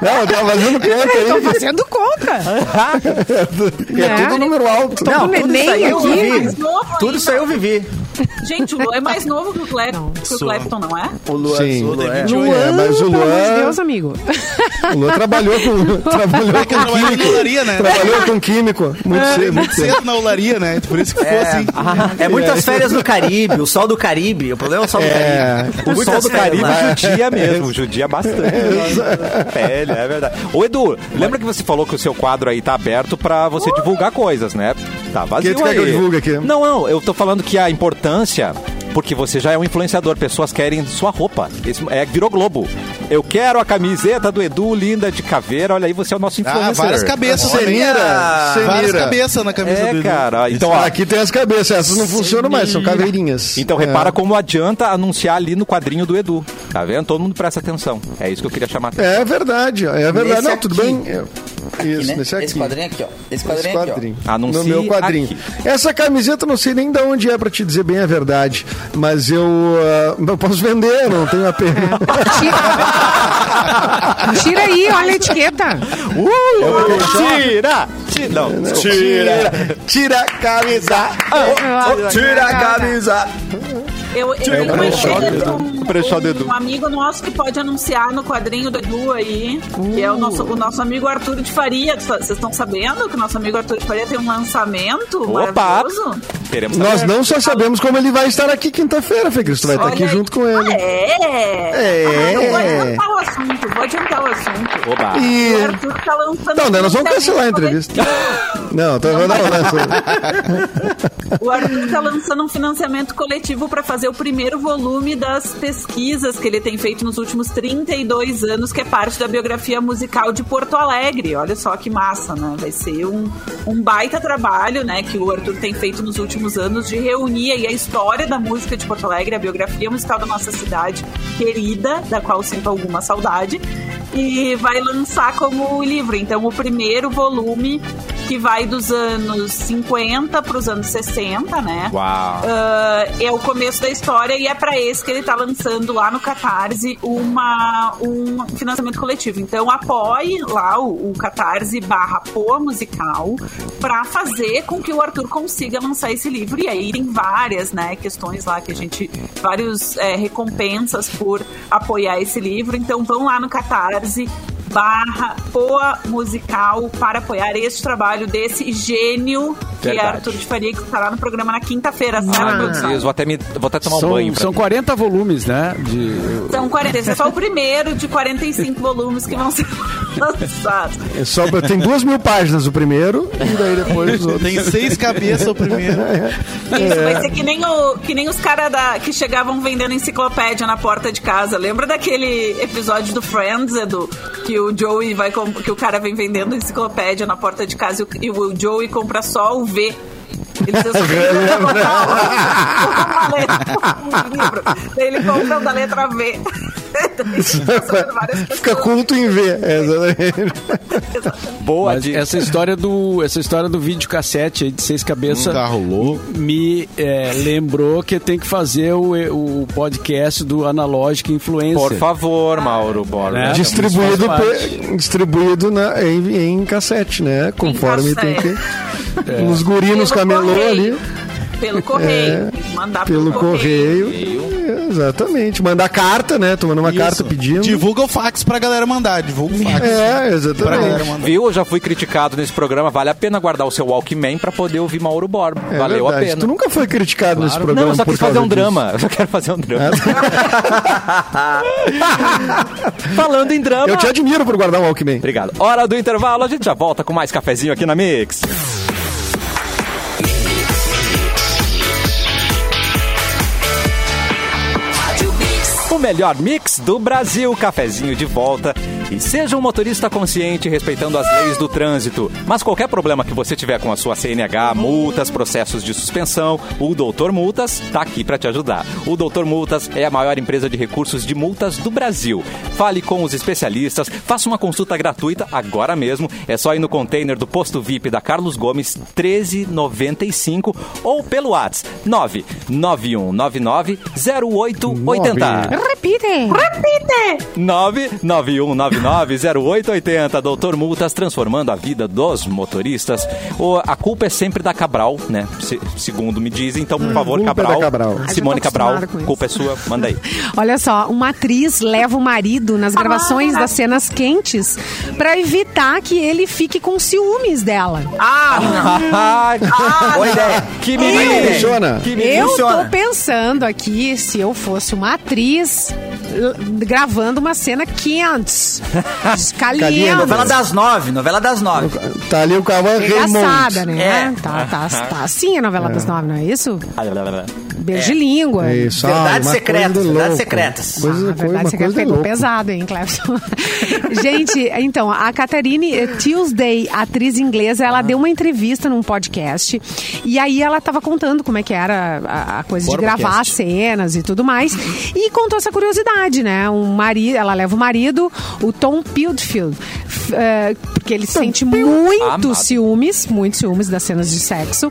Não, eu tava fazendo
Estão
conta
fazendo conta.
aí. É tudo número alto.
Não,
Não, tudo isso aí eu
neném
é
aqui.
vivi. Tudo isso aí eu vivi.
Gente, o Lu é mais novo que o Clepton, que o Clepton não é?
O Luan
Sim.
Azul, é.
É, mas o
Pelo amor de
Luan,
Deus, amigo.
o Luan trabalhou com, trabalhou com
Trabalhou na
químico.
olaria, né?
Trabalhou com químico. Muito
É.
cedo, muito cedo.
Cedo na olaria, né? Por isso que ficou assim.
É muitas férias no Caribe, o sol do Caribe. O problema é o sol do
É.
Caribe.
O sol
muitas
do
férias
Caribe
lá.
né?
judia mesmo, judia bastante. Pele, é verdade. Ô Edu, lembra que você falou que o seu quadro aí tá aberto pra você divulgar coisas, né? Tá vazio
Que tu quer
aí.
que eu divulgue aqui?
Não, não, eu tô falando que a importância, porque você já é um influenciador, pessoas querem sua roupa. Esse, é, virou Globo. Eu quero a camiseta do Edu, linda de caveira, olha aí, você é o nosso
Ah,
influencer.
várias cabeças também. né?
Senira.
Várias
Senira.
cabeças na camisa
É,
dele.
cara, então, ó,
Aqui tem as cabeças. Essas não funcionam mais, são caveirinhas.
Então
É.
repara como adianta anunciar ali no quadrinho do Edu. Tá vendo? Todo mundo presta atenção. É isso que eu queria chamar. a
É verdade, é verdade.
Nesse
não, tudo
aqui.
bem. Eu- Isso,
né?
nesse aqui.
Esse quadrinho aqui, ó. Esse
Esse
quadrinho aqui, ó.
quadrinho.
Anuncie
no meu quadrinho.
aqui.
Essa camiseta eu não sei nem de onde é, pra te dizer bem a verdade. Mas eu, ah, eu posso vender, não tenho apego.
Tira- Tira aí, olha a etiqueta.
Tira! Tira! Não,
Tira, Ah, tira a camisa.
Tira a camisa.
Eu, eu, eu
brechó
imagino
do Edu. Brechó do Edu.
um, um amigo nosso que pode anunciar no quadrinho do Edu aí, que
Uh.
é o nosso, o nosso amigo Arthur de Faria. Vocês estão sabendo que o nosso amigo Arthur de Faria tem um lançamento
Opa!
maravilhoso?
Queremos
Nós
saber.
não só sabemos como ele vai estar aqui quinta-feira, Fê Cris. Tu vai estar
Olha
aqui
aí.
junto com ele.
Ah, é?
É.
Ah, eu vou adiantar o assunto, vou adiantar o assunto.
Oba.
E-
O Arthur tá lançando...
Não, né, nós vamos cancelar a entrevista. Não, tô, não, não, não.
O Arthur está lançando um financiamento coletivo para fazer o primeiro volume das pesquisas que ele tem feito nos últimos 32 anos, que é parte da biografia musical de Porto Alegre. Olha só que massa, né? Vai ser um, um baita trabalho, né, que o Arthur tem feito nos últimos anos de reunir aí a história da música de Porto Alegre, a biografia musical da nossa cidade querida, da qual sinto alguma saudade, e vai lançar como livro. Então, o primeiro volume que vai dos anos 50 para os anos 60, né?
Uau.
Ah, é o começo da história e é para esse que ele tá lançando lá no Catarse uma, um financiamento coletivo. Então apoie lá o, o Catarse barra Pô Musical para fazer com que o Arthur consiga lançar esse livro. E aí tem várias né, questões lá que a gente. vários eh, recompensas por apoiar esse livro. Então vão lá no Catarse barra Poa Musical para apoiar este trabalho desse gênio que é
Verdade.
Arthur de Faria, que estará no programa na quinta-feira, certo, produção?
Eu Ah, vou até, me, vou até tomar um banho.
São,
pra-
são 40 volumes, né? De,
São 40, esse é só o primeiro de 45 volumes que vão ser lançados.
É só pra- tem duas mil páginas o primeiro e daí depois os outros.
Tem seis cabeças o primeiro.
Isso vai ser que nem, o, que nem os caras que chegavam vendendo enciclopédia na porta de casa. Lembra daquele episódio do Friends, Edu? Que o Joey vai com- que o cara vem vendendo enciclopédia na porta de casa e o, e o Joey compra só o V. Ele diz assim, "Eu vou botar o- uma letra- um livro." Daí Ele compra o da letra V. Sobre várias
Fica
pessoas.
culto em ver. É, exatamente.
Boa,
Mas
dica.
essa história do essa história do videocassete aí de seis cabeças
Um
Tá
carro louco.
me é, lembrou que tem que fazer o, o podcast do Analogic
é
Influencer.
Por favor, Mauro Borba.
Né?
distribuído
mas faz
pe- distribuído na- em, em cassete, né? Conforme tem
cassete.
que.
É.
Nos guri, nos camelô ali. É,
Pelo correio. Tem que mandar
Pelo correio. Exatamente. Mandar carta, né? Tomando uma carta
Isso.
pedindo.
Divulga o fax pra galera mandar. Divulga o fax.
É,
Pra galera
exatamente.
mandar.
Viu? Eu já fui criticado nesse programa. Vale a pena guardar o seu Walkman pra poder ouvir Mauro Borba.
É
Valeu
verdade.
a pena.
Tu nunca foi criticado nesse programa.
Não, eu só
por
quis fazer
causa
um
disso.
drama. Eu só quero fazer um drama. Falando em drama.
Eu te admiro por guardar um Walkman.
Obrigado. Hora do intervalo, a gente já volta com mais cafezinho aqui na Mix. O melhor mix do Brasil, cafezinho de volta. E seja um motorista consciente, respeitando as leis do trânsito. Mas qualquer problema que você tiver com a sua CNH, multas, processos de suspensão, o Doutor Multas tá aqui para te ajudar. O Doutor Multas é a maior empresa de recursos de multas do Brasil. Fale com os especialistas, faça uma consulta gratuita agora mesmo. É só ir no container do posto VIP da Carlos Gomes 1395 ou pelo WhatsApp 991990880.
Repitem.
991990880. Doutor Multas transformando a vida dos motoristas. O, a culpa é sempre da Cabral, né? Se- segundo me dizem. Então, por favor,
culpa é
Cabral,
da Cabral.
Ah, já
Simone
tô
Cabral,
acostumada com isso.
culpa é sua, manda aí.
Olha só, uma atriz leva o marido nas gravações das cenas quentes para evitar que ele fique com ciúmes dela.
Ah,
Boa ideia.
que
Funciona.
Que
Eu tô
funciona.
pensando aqui, se eu fosse uma atriz l- gravando uma cena quentes,
Caliente.
caliente.
Novela das nove, novela das nove.
Tá ali o Cauã
Engraçada,
Raymond.
né?
É.
Tá, tá, tá assim a novela das nove, não é isso? Beijo de língua.
É. Isso, Ah,
Verdades
uma coisa
secretas,
de louco.
verdades secretas.
Ah,
Coisa,
na
coisa,
verdade,
uma
você quer
coisa de
pegou
louco.
pesado, hein, Clefson? Gente, então, a Catherine Tuesday, atriz inglesa,
Ah.
ela deu uma entrevista num podcast e aí ela tava contando como é que era a, a coisa de
Borbacast.
gravar cenas e tudo mais e contou essa curiosidade, né? Um marido, ela leva o marido, o Tom Pildfield, f- eh, porque ele sente muito
Amado.
ciúmes, muitos ciúmes das cenas de sexo.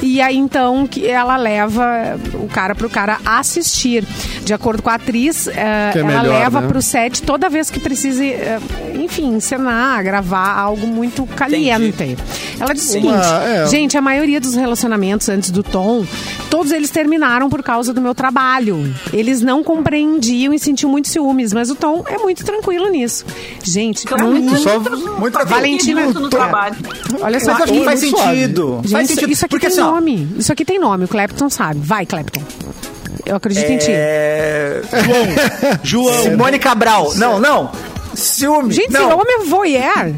E aí então que ela leva o cara pro cara assistir. De acordo com a atriz, eh,
Que é
ela
melhor,
leva
né?
pro set toda vez que precise, eh, enfim, encenar, gravar algo muito caliente. Ela diz o seguinte:
Ah, é.
gente, a maioria dos relacionamentos antes do Tom, todos eles terminaram por causa do meu trabalho. Eles não compreendiam e sentiam muito ciúmes, mas o Tom é muito tranquilo nisso. Gente, pra mim,
Muito só-
Muito
Valentina-
Muito no trabalho.
olha só.
Mas eu acho que
e-
faz
muito suave.
sentido.
Gente,
Faz
isso-
sentido.
Isso aqui
Porque
tem
assim, ó,
nome. Isso aqui tem nome. O Clapton sabe. Vai, Clapton. Eu acredito em ti.
é...
João.
Simone Cabral. Não, não. Ciúme.
Gente,
não.
esse homem é voyeur.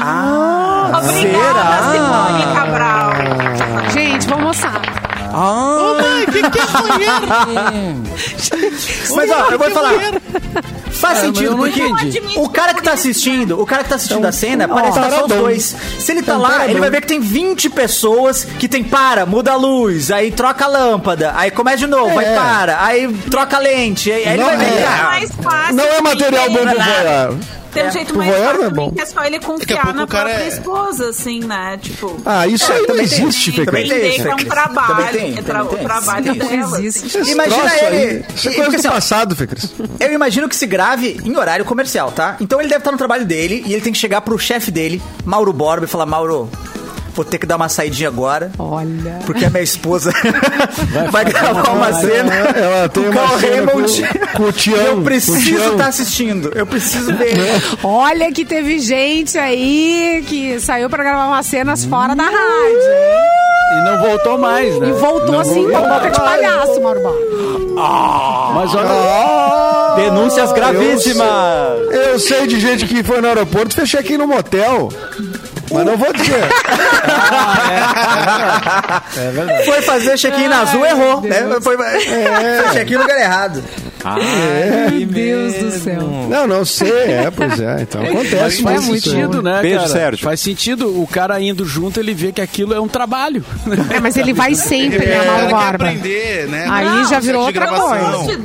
Ah,
Obrigada, Simone Cabral.
Gente, vamos almoçar.
Ah.
é Mas ó, eu vou falar. Faz sentido,
eu não
porque
entendi.
o cara que tá assistindo, o cara que tá assistindo
Então,
a
um
cena, parece que tá só os
taradão.
dois. Se ele tá
É um
lá, ele
taradão.
vai ver que tem 20 pessoas que tem para, muda a luz, aí troca a lâmpada, aí começa de novo, aí
É.
para, aí troca a lente, aí, aí
Não
ele vai ver.
é.
ah,
mais fácil.
Não é material bom
também,
pro
né?
voyeur.
Tem um jeito
Pro
mais
voyeur
fácil
não é
também,
bom.
que é só ele
Daqui a
confiar
pouco
na
o cara
própria
é-
esposa, assim, né? Tipo...
Ah, isso aí não
também tem-
existe,
também
Fecrei.
tem
Entender
isso,
que é um
Fecris.
trabalho,
Também tem,
é tra-
também
o
tem.
trabalho
Não
dela. assim.
existe.
Esses
Imagina
troços aí.
ele-
Isso é
e-
coisa
porque
do
assim, ó,
passado, Fecris.
Eu imagino que se grave em horário comercial, tá? Então ele deve estar no trabalho dele e ele tem que chegar pro chefe dele, Mauro Borba, e falar: Mauro, vou ter que dar uma saidinha agora.
Olha.
Porque a minha esposa vai gravar uma cena.
Ela- É,
é.
ela tem
com o
uma
Carl
cena
Raymond.
com- com o Tião,
E Eu
com o
preciso tá-
Tião.
estar assistindo. Eu preciso ver.
Olha que teve gente aí que saiu pra gravar umas cenas fora da rádio.
E não voltou mais, né?
E voltou
Não
assim com a boca de palhaço, Mauro Borba.
Mas olha,
Ah.
Oh!
Denúncias
Oh,
gravíssimas.
Eu sei de gente que foi no aeroporto e fechei aqui no motel. Mas não vou dizer.
Foi fazer check-in na Azul, errou, né? Foi,
É.
foi check-in no lugar errado.
Meu Deus do céu.
não, não sei. É, pois é. Então acontece.
Faz
mas isso
sentido, né,
Beijo,
cara?
Sérgio.
Faz sentido. O cara indo junto, ele vê que aquilo é um trabalho.
É, mas ele vai sempre, né,
Ele
Mauro
É, quer
Barba?
aprender, né?
Aí
Não,
já
site
virou
de
outra
gravação.
coisa.
Meu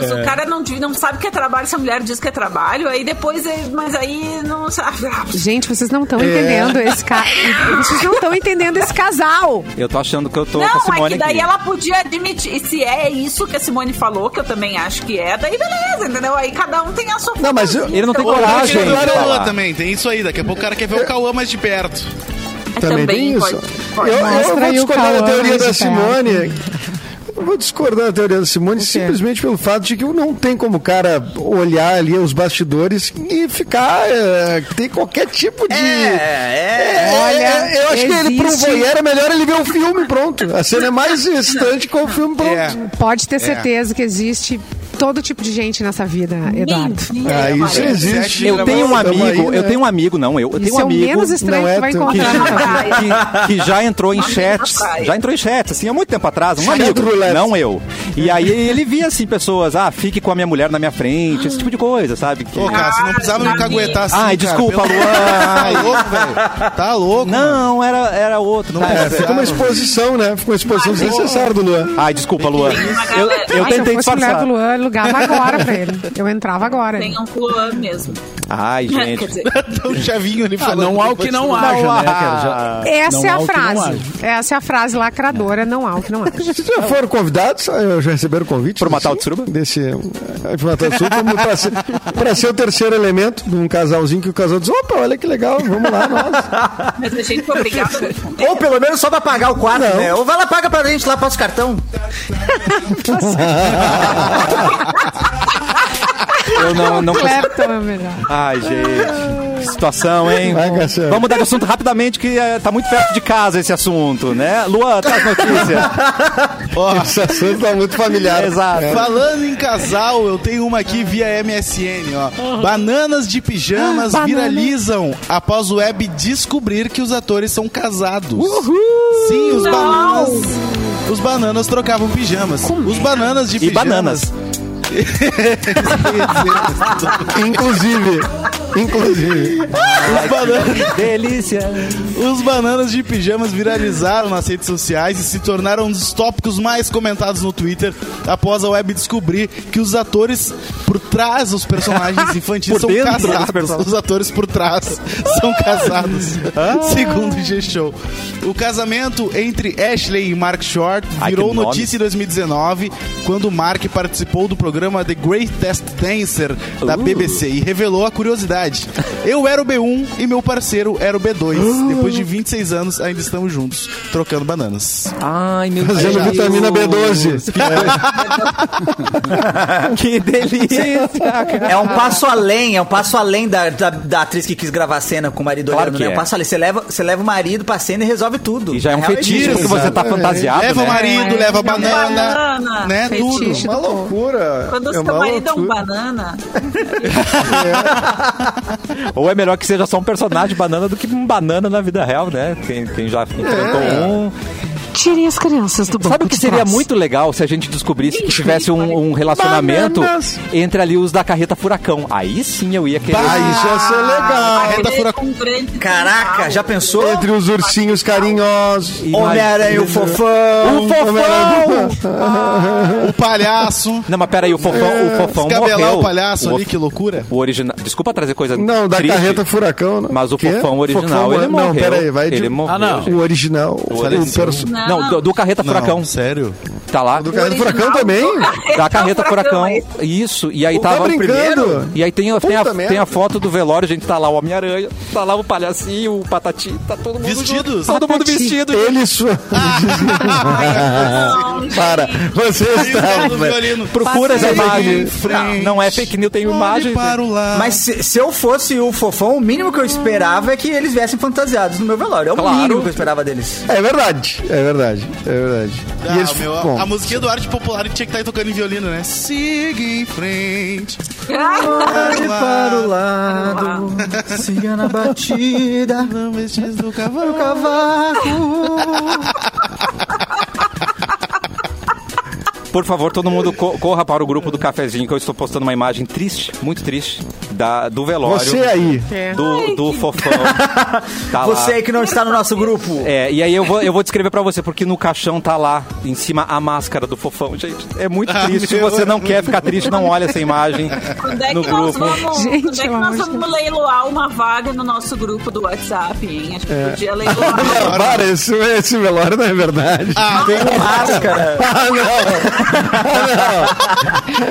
Deus, o cara não, não sabe que é trabalho, se a mulher diz que é trabalho, aí depois, ele- mas aí não sabe.
Gente, vocês não estão entendendo esse ca... Vocês não estão entendendo esse casal.
Eu tô achando que eu tô com a
Não, é
Simone
que daí
aqui.
ela podia admitir. E se é isso que a Simone falou, que eu também acho que é, daí beleza, entendeu? Aí cada um tem a sua
Não, mas eu-
fantasia.
Ele não tem
Então,
Pode
coragem.
ver
de
o Cauã
falar.
também, tem isso aí. Daqui a pouco o cara quer ver o Cauã mais de perto.
é,
também tem isso.
pode-
Eu,
pode.
eu
Mostra
vou
aí o né,
discordar da
Cauã
teoria da
mais de
Simone. Eu vou discordar da teoria da Simone simplesmente pelo fato de que não tem como o cara olhar ali os bastidores e ficar. é, ter qualquer tipo de.
É, é.
Olha,
eu acho que ele, para um
existe-
voyeur, é melhor ele ver o filme pronto. A cena é mais excitante com o filme pronto.
É.
Pode ter certeza que existe todo tipo de gente nessa vida, Eduardo.
Ah,
é,
isso
Maria.
existe.
Eu tenho um
Tamo aí,
amigo,
né?
eu tenho um amigo, não, eu, eu tenho
Isso
um
é o
amigo
menos estranho
não
que
é
tu vai
teu.
que,
encontrar. na praia.
que- que já entrou em chats,
praia.
já entrou em chats, assim, há muito tempo atrás, um amigo,
Chatrulete.
não eu. E aí ele via, assim, pessoas, ah, fique com a minha mulher na minha frente, esse tipo de coisa, sabe? Que-
Ô, cara, você não precisava me
Davi.
caguetar assim.
Ai,
cara.
desculpa,
Pelo-
Luan.
Tá louco, velho. Tá louco.
Não, era, era outro. tá,
É,
era-
fica uma exposição, né? Fica uma exposição desnecessária do Luan.
Ai, desculpa, Luan. Eu, eu
Ah, se
tentei
eu fosse mulher
disfarçar.
do Luan, eu alugava agora pra ele. Eu entrava agora.
Tem um clã mesmo.
Ai,
Quer
gente. Ah,
dizer,
Tá o chavinho ali
Ah,
falando.
não há o que
depois
não
do-
haja, né, cara? Já-
Essa
Não
é
há
a
o que não
frase.
haja.
Essa é a frase lacradora, não há o que não há.
Vocês já foram convidados? Ah, Eu Já receberam convite?
Pro Matal
desse-
de Suruba?
Desse, eh, de Matal de Suruba, como pra, ser, pra ser o terceiro elemento de um casalzinho que o casal diz: opa, olha que legal, vamos lá, nós.
mas a gente foi obrigado a responder.
Ou pelo menos só pra pagar o quarto,
Não.
né? Ou vai lá, paga pra gente lá, passa o cartão.
Eu não, não Tá consigo.
Clapton é melhor.
Ai, gente. que Situação, hein?
Vai, Cassiano.
Vamos mudar de assunto rapidamente, que eh, tá muito perto de casa esse assunto, né? Luan, tá as notícias.
Esse
é
assunto tá muito familiar.
Exato.
É.
Falando em casal, eu tenho uma aqui via MSN, ó. Bananas de pijamas viralizam após o web descobrir que os atores são casados. Sim, os bananas. Os bananas trocavam pijamas. os bananas de
E
pijamas.
bananas.
Inclusive, inclusive.
Os bananas.
Delícia.
Os bananas de pijamas viralizaram nas redes sociais e se tornaram um dos tópicos mais comentados no Twitter após a web descobrir que os atores por trás dos personagens infantis
Por
são
dentro dos
casados.
personagens.
Os atores por trás são casados,
Ah.
segundo o G-Show. O casamento entre Ashley e Mark Short
Ai, que
virou
nome.
notícia em 2019, quando Mark participou do programa The Greatest Dancer da
Uh.
BBC e revelou a curiosidade. Eu era o B1 e meu parceiro era o
Ah.
B2. Depois de 26 anos, ainda estamos juntos, trocando bananas.
Ai, meu
Fazendo
Deus.
vitamina B12.
tá Que delícia, cara.
É um passo além, é um passo além da, da, da atriz que quis gravar a cena com o marido
Claro
olhando,
que
né?
é.
Um passo além. Você leva, você leva o marido pra cena e resolve tudo.
E já é um
Na real,
fetiche,
isso.
porque você tá fantasiado,
leva
né?
o marido,
É,
leva a
é uma
banana,
banana.
né? Tudo.
Fetiche.
é Uma loucura.
Quando o
é
seu
uma
marido é um
loucura.
banana,
Ou é melhor que seja só um personagem banana do que um banana na vida real, né? Quem, quem já enfrentou
É.
um.
Tirem as crianças do banco
Sabe o que
de
seria
trás.
muito legal se a gente descobrisse que tivesse um, um relacionamento entre ali os da carreta furacão? Aí sim eu ia querer.
Ah, isso ia ser legal.
reta
ele
furacão.
é um grande
Caraca, já pensou?
Entre os ursinhos carinhosos.
Homem-Aranha e o
é
fofão.
um
o fofão!
O palhaço.
Não, mas peraí, o fofão,
É,
o fofão
Descabelar
morreu.
o palhaço
o,
ali, que loucura.
o original. Desculpa trazer coisa.
Não, da
triste,
carreta furacão. Não.
Mas o
Quê?
fofão original,
Fofão,
ele
não,
morreu.
Não, peraí, vai de...
Ele morreu.
Ah, não.
gente.
O original.
Faleceu.
O perso...
Não, do, do carreta furacão.
Não, sério.
Tá lá.
Do Carreta Furacão também?
Da carreta furacão.
é esse.
Isso. E aí
Pô, tá
tava o
brincando?
primeiro. E aí tem, a- tem, a,
Puta merda.
tem a foto do velório, gente. Tá lá o Homem-Aranha, tá lá o palhacinho, o patati, tá todo mundo.
Vestidos?
junto, Todo mundo vestido. gente.
Ele sua. Para, você está.
Do violino.
Procura essa
Passei
imagem.
em frente.
Não é fake news, tem
Olhe
imagem.
para o lado.
Mas se, se eu fosse o fofão, o mínimo que eu esperava é que eles viessem fantasiados no meu velório. É o
Claro.
mínimo que eu esperava deles.
É verdade, é verdade, é verdade.
Ah,
e eles,
meu,
bom,
tá a musiquinha do Arte Popular tinha que estar tocando em violino, né? Siga em frente.
Olhe para o lado, siga na batida
Não mexes no cavalo.
do cavaco.
Por favor, todo mundo co- corra para o grupo do cafezinho que eu estou postando uma imagem triste, muito triste, da, do velório.
Você aí.
Do, do fofão. Tá lá.
Você aí que não está no nosso grupo.
É, e aí eu vou, eu vou descrever pra você, porque no caixão tá lá, em cima, a máscara do fofão. Gente, é muito
Ah,
triste. Se
meu.
você não quer ficar triste, não olha essa imagem
Quando é
no
que nós
grupo.
vamos,
Gente,
quando é que
eu
nós
acho
vamos leiloar uma vaga no nosso grupo do WhatsApp, hein? Acho que
É.
podia leiloar.
Não, para, esse, esse velório não é verdade.
Ah, tem um
Máscara.
Ah, não. Ah,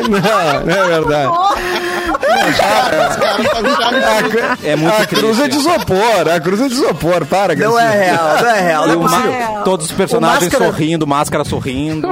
não. Não, não é verdade.
É muito
a cruz
triste.
é de isopor, a cruz é de isopor, para.
Não é
Gracinha.
real, não é real.
E
Não é
o ma-
possível.
todos os personagens
O máscara-
sorrindo, máscara sorrindo.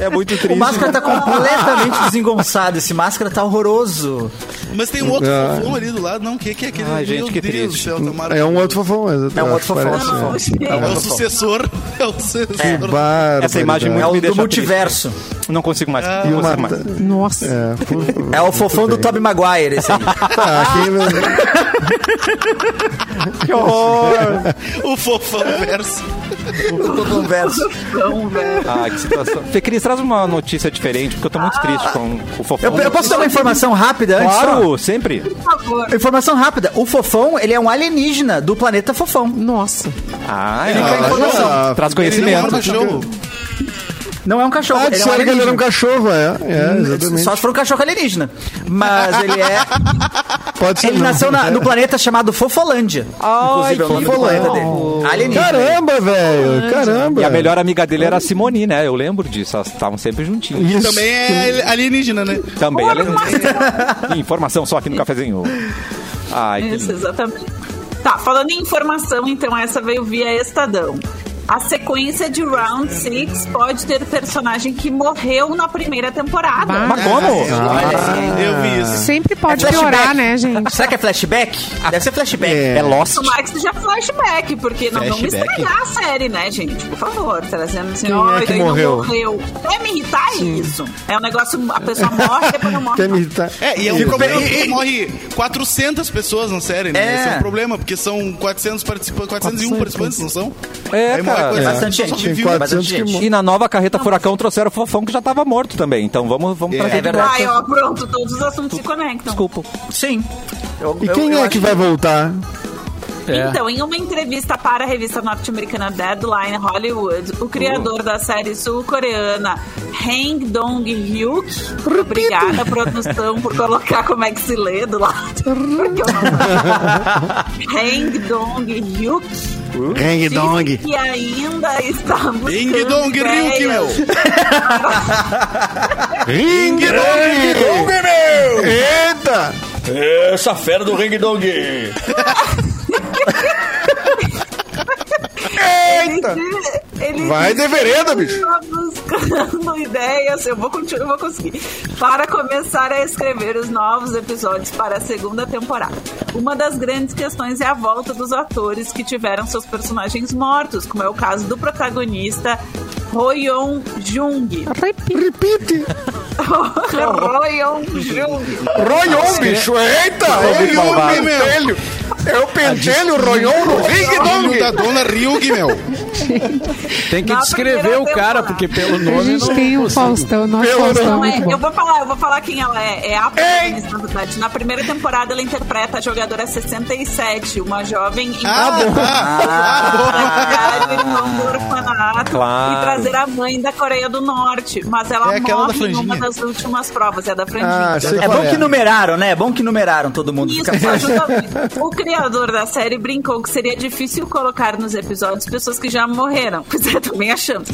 É muito triste.
O máscara tá completamente desengonçado. Esse máscara tá horroroso.
Mas tem um outro
Ah.
fofão ali do lado, não, o que, que é aquele?
Ai, gente,
Meu
que
Deus
triste.
do céu, tá
É
maravilhoso.
um outro fofão. mas
É um outro fofão,
parece,
não,
é.
gente.
É
um
o sucessor. É o sucessor.
Que barbaridade.
Essa imagem um
É
muito-
o
Me
do
deixa
multiverso.
Não consigo mais.
E
não
uma...
consigo mais.
Nossa.
É, por favor.
É o fofão do
Muito bem.
Tobey Maguire, esse aí.
Tá,
é um
quem-
Que horror!
O fofão verso.
Todo um verso.
Ai, Ah, que situação. Fê Cris, traz uma notícia diferente, porque eu tô muito triste com o fofão.
Eu, eu posso dar uma informação rápida antes?
Claro, sempre.
Por favor.
só? Informação rápida. O fofão, ele é um alienígena do planeta fofão.
Nossa.
Ah,
quer
é.
informação.
Ah,
Traz
Ele não é um
conhecimento.
cachorro.
Não é um cachorro,
Ah,
ele é um
disseram que ele era um
alienígena.
cachorro, é. É, exatamente.
Só se for um cachorro alienígena. Mas ele é.
Pode ser.
Ele
não.
nasceu na- no planeta chamado Fofolândia.
Ai,
Inclusive, é o nome do planeta dele. Alienígena.
Caramba, velho. Caramba.
E
É.
a melhor amiga dele era a Simoni, né? Eu lembro disso, elas estavam sempre juntinhas.
Isso.
Também é alienígena, né?
Também ela é Informação só aqui no cafezinho. Ai, que
Isso,
lindo.
exatamente. Tá, falando em informação, então essa veio via Estadão. A sequência de Round Six pode ter personagem que morreu na primeira temporada.
Mas
Ah,
como? Ah.
Eu vi isso.
Sempre pode
É flashback.
piorar, né, gente?
Será que é flashback? Deve ser flashback.
É.
É Lost?
Tomara que seja flashback, porque não vamos
Flashback?
estragar a série, né, gente? Por favor, trazendo assim,
Quem
ó,
é que
ele não
morreu?
morreu. É me irritar isso. É um negócio, a pessoa morre, depois não morre.
Quer me
mais.
irritar?
É, e é um
Fico
problema
bem-
porque morre 400 pessoas na série, né?
É.
Esse é um problema, porque são 400 participantes, 401 participantes, não são?
É,
Aí morre
cara.
quase-
É. Bastante
só
gente.
sobrevive
Tem
Mas
400
gente.
que... mo-
E na nova carreta Furacão trouxeram o fofão que já tava morto também. Então vamos, vamos trazer
é
de
verdade.
volta.
Ai, ó, pronto, todos os assuntos se conectam.
Desculpa.
Sim. Eu-
E
eu-
quem
eu
é
acho
que vai voltar?
É.
Então, em uma entrevista para a revista norte-americana Deadline Hollywood, o criador da série sul-coreana Hang Dong-hyuk, obrigada produção por colocar como é que se lê do lado. porque eu não- Hang Dong-hyuk
Hang
disse que ainda está buscando
Hang Dong-ryuk,
ideias.
Ring Dong! Eita!
É, Essa fera do Ring Dong.
Ele, ele
Vai de vereda, bicho.
Tá buscando ideias, eu vou continuar, eu vou conseguir. Para começar a escrever os novos episódios para a segunda temporada. Uma das grandes questões é a volta dos atores que tiveram seus personagens mortos, como é o caso do protagonista Royon Jung.
Repite!
Royon Jung.
Royon, bicho! Eita! Ele é o
Balbaro.
pentelho! É o pentelho, o Royon no Ring
Filho da
Dong!
tá dona Ryug, meu.
Tem que
Na
descrever
primeira
o cara,
temporada.
porque pelo
A
nome.
gente
não- é
tem um o Faustão, o nosso
Pelo
Faustão. é
Não, é,
muito bom.
eu vou falar, eu vou falar quem ela é. É a protagonista, na verdade. Na primeira temporada, ela interpreta a jogadora 67, uma jovem em
Ah,
trabalhar em um orfanato
Claro.
e trazer a mãe da Coreia do Norte. Mas ela
É aquela
morre
da
em uma
franjinha.
das últimas provas, é a da franjinha.
Ah, sei
É
qual
bom que numeraram, né? É bom que numeraram todo mundo.
Isso,
Fica fácil.
ajuda muito. O criador da série brincou que seria difícil colocar nos episódios pessoas que já morreram. Pois é, também achando.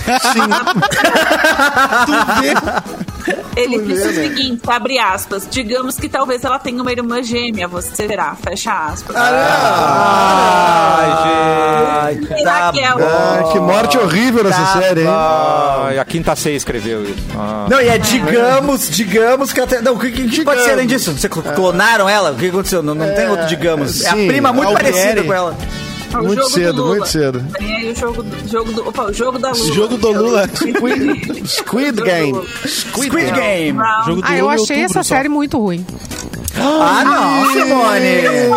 Ele disse o
né?
seguinte, abre aspas, digamos que talvez ela tenha uma irmã gêmea, você verá, fecha aspas.
Ah,
Ah,
Ai,
Será
tá
que é o-
Ah, que morte horrível nessa
Tá
série, hein?
Ai, a quinta C escreveu isso. Ah.
Não, e é digamos, digamos que até. Não, o que, que- que pode ser além disso? Você cl- clonaram ela? O que aconteceu? Não, não tem outro digamos. é a
sim,
prima muito
Albieri.
parecida com ela.
Opa, o
Muito
jogo do
cedo,
Lula.
muito cedo.
Tem aí o jogo, do- jogo do. Opa, o jogo da Lula.
Jogo do Lula.
Squid, Squid Game.
Squid Game.
Jogo do
Ah, eu
Lula em
achei
outubro
essa
só.
série muito ruim.
Ah, não, Simone.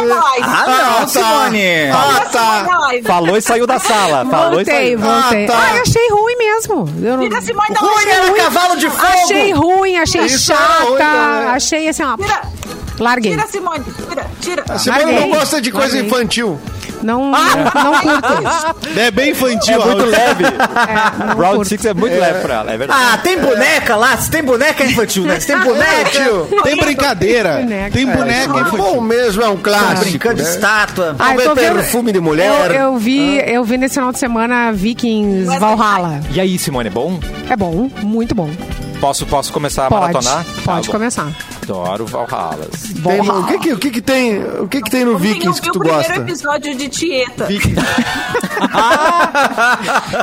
Ah, não, Simone.
Ah, tá.
Falou e saiu da sala. Falou e
Voltei,
saiu.
voltei. Ah,
Ah, tá.
eu achei ruim mesmo. Eu não-
Tira Simone da
Rui
Lula.
né,
era cavalo de fogo.
Achei ruim, achei
Isso era
chata.
ruim, né?
Achei assim, ó.
Tira,
Larguei.
tira Simone. Tira, tira.
Ah, Simone
Larguei.
não gosta de coisa
Larguei.
infantil.
Não,
Ah!
não curto.
É bem infantil.
É muito
Raul.
leve.
É, não
Round
curto.
6 é muito leve pra ela, é verdade.
Ah, tem boneca lá? Se tem boneca é infantil, né? Se tem
É,
boneca, tio.
tio.
Tem brincadeira.
Boneca.
Tem boneca
É
infantil.
bom mesmo, é um clássico.
ah, Brincando de
né?
estátua.
Ah, eu
Talvez
tô vendo-
perfume de mulher.
Eu, eu vi, eu vi nesse final de semana Vikings Valhalla.
E aí, Simone, é bom?
É bom, muito bom.
Posso, posso começar a
Pode,
maratonar?
pode
Tá bom.
começar.
Adoro Valhalla.
Tem no- o que que, o que que tem, o que que tem no Vikings que tu
o
gosta?
primeiro episódio de Tieta.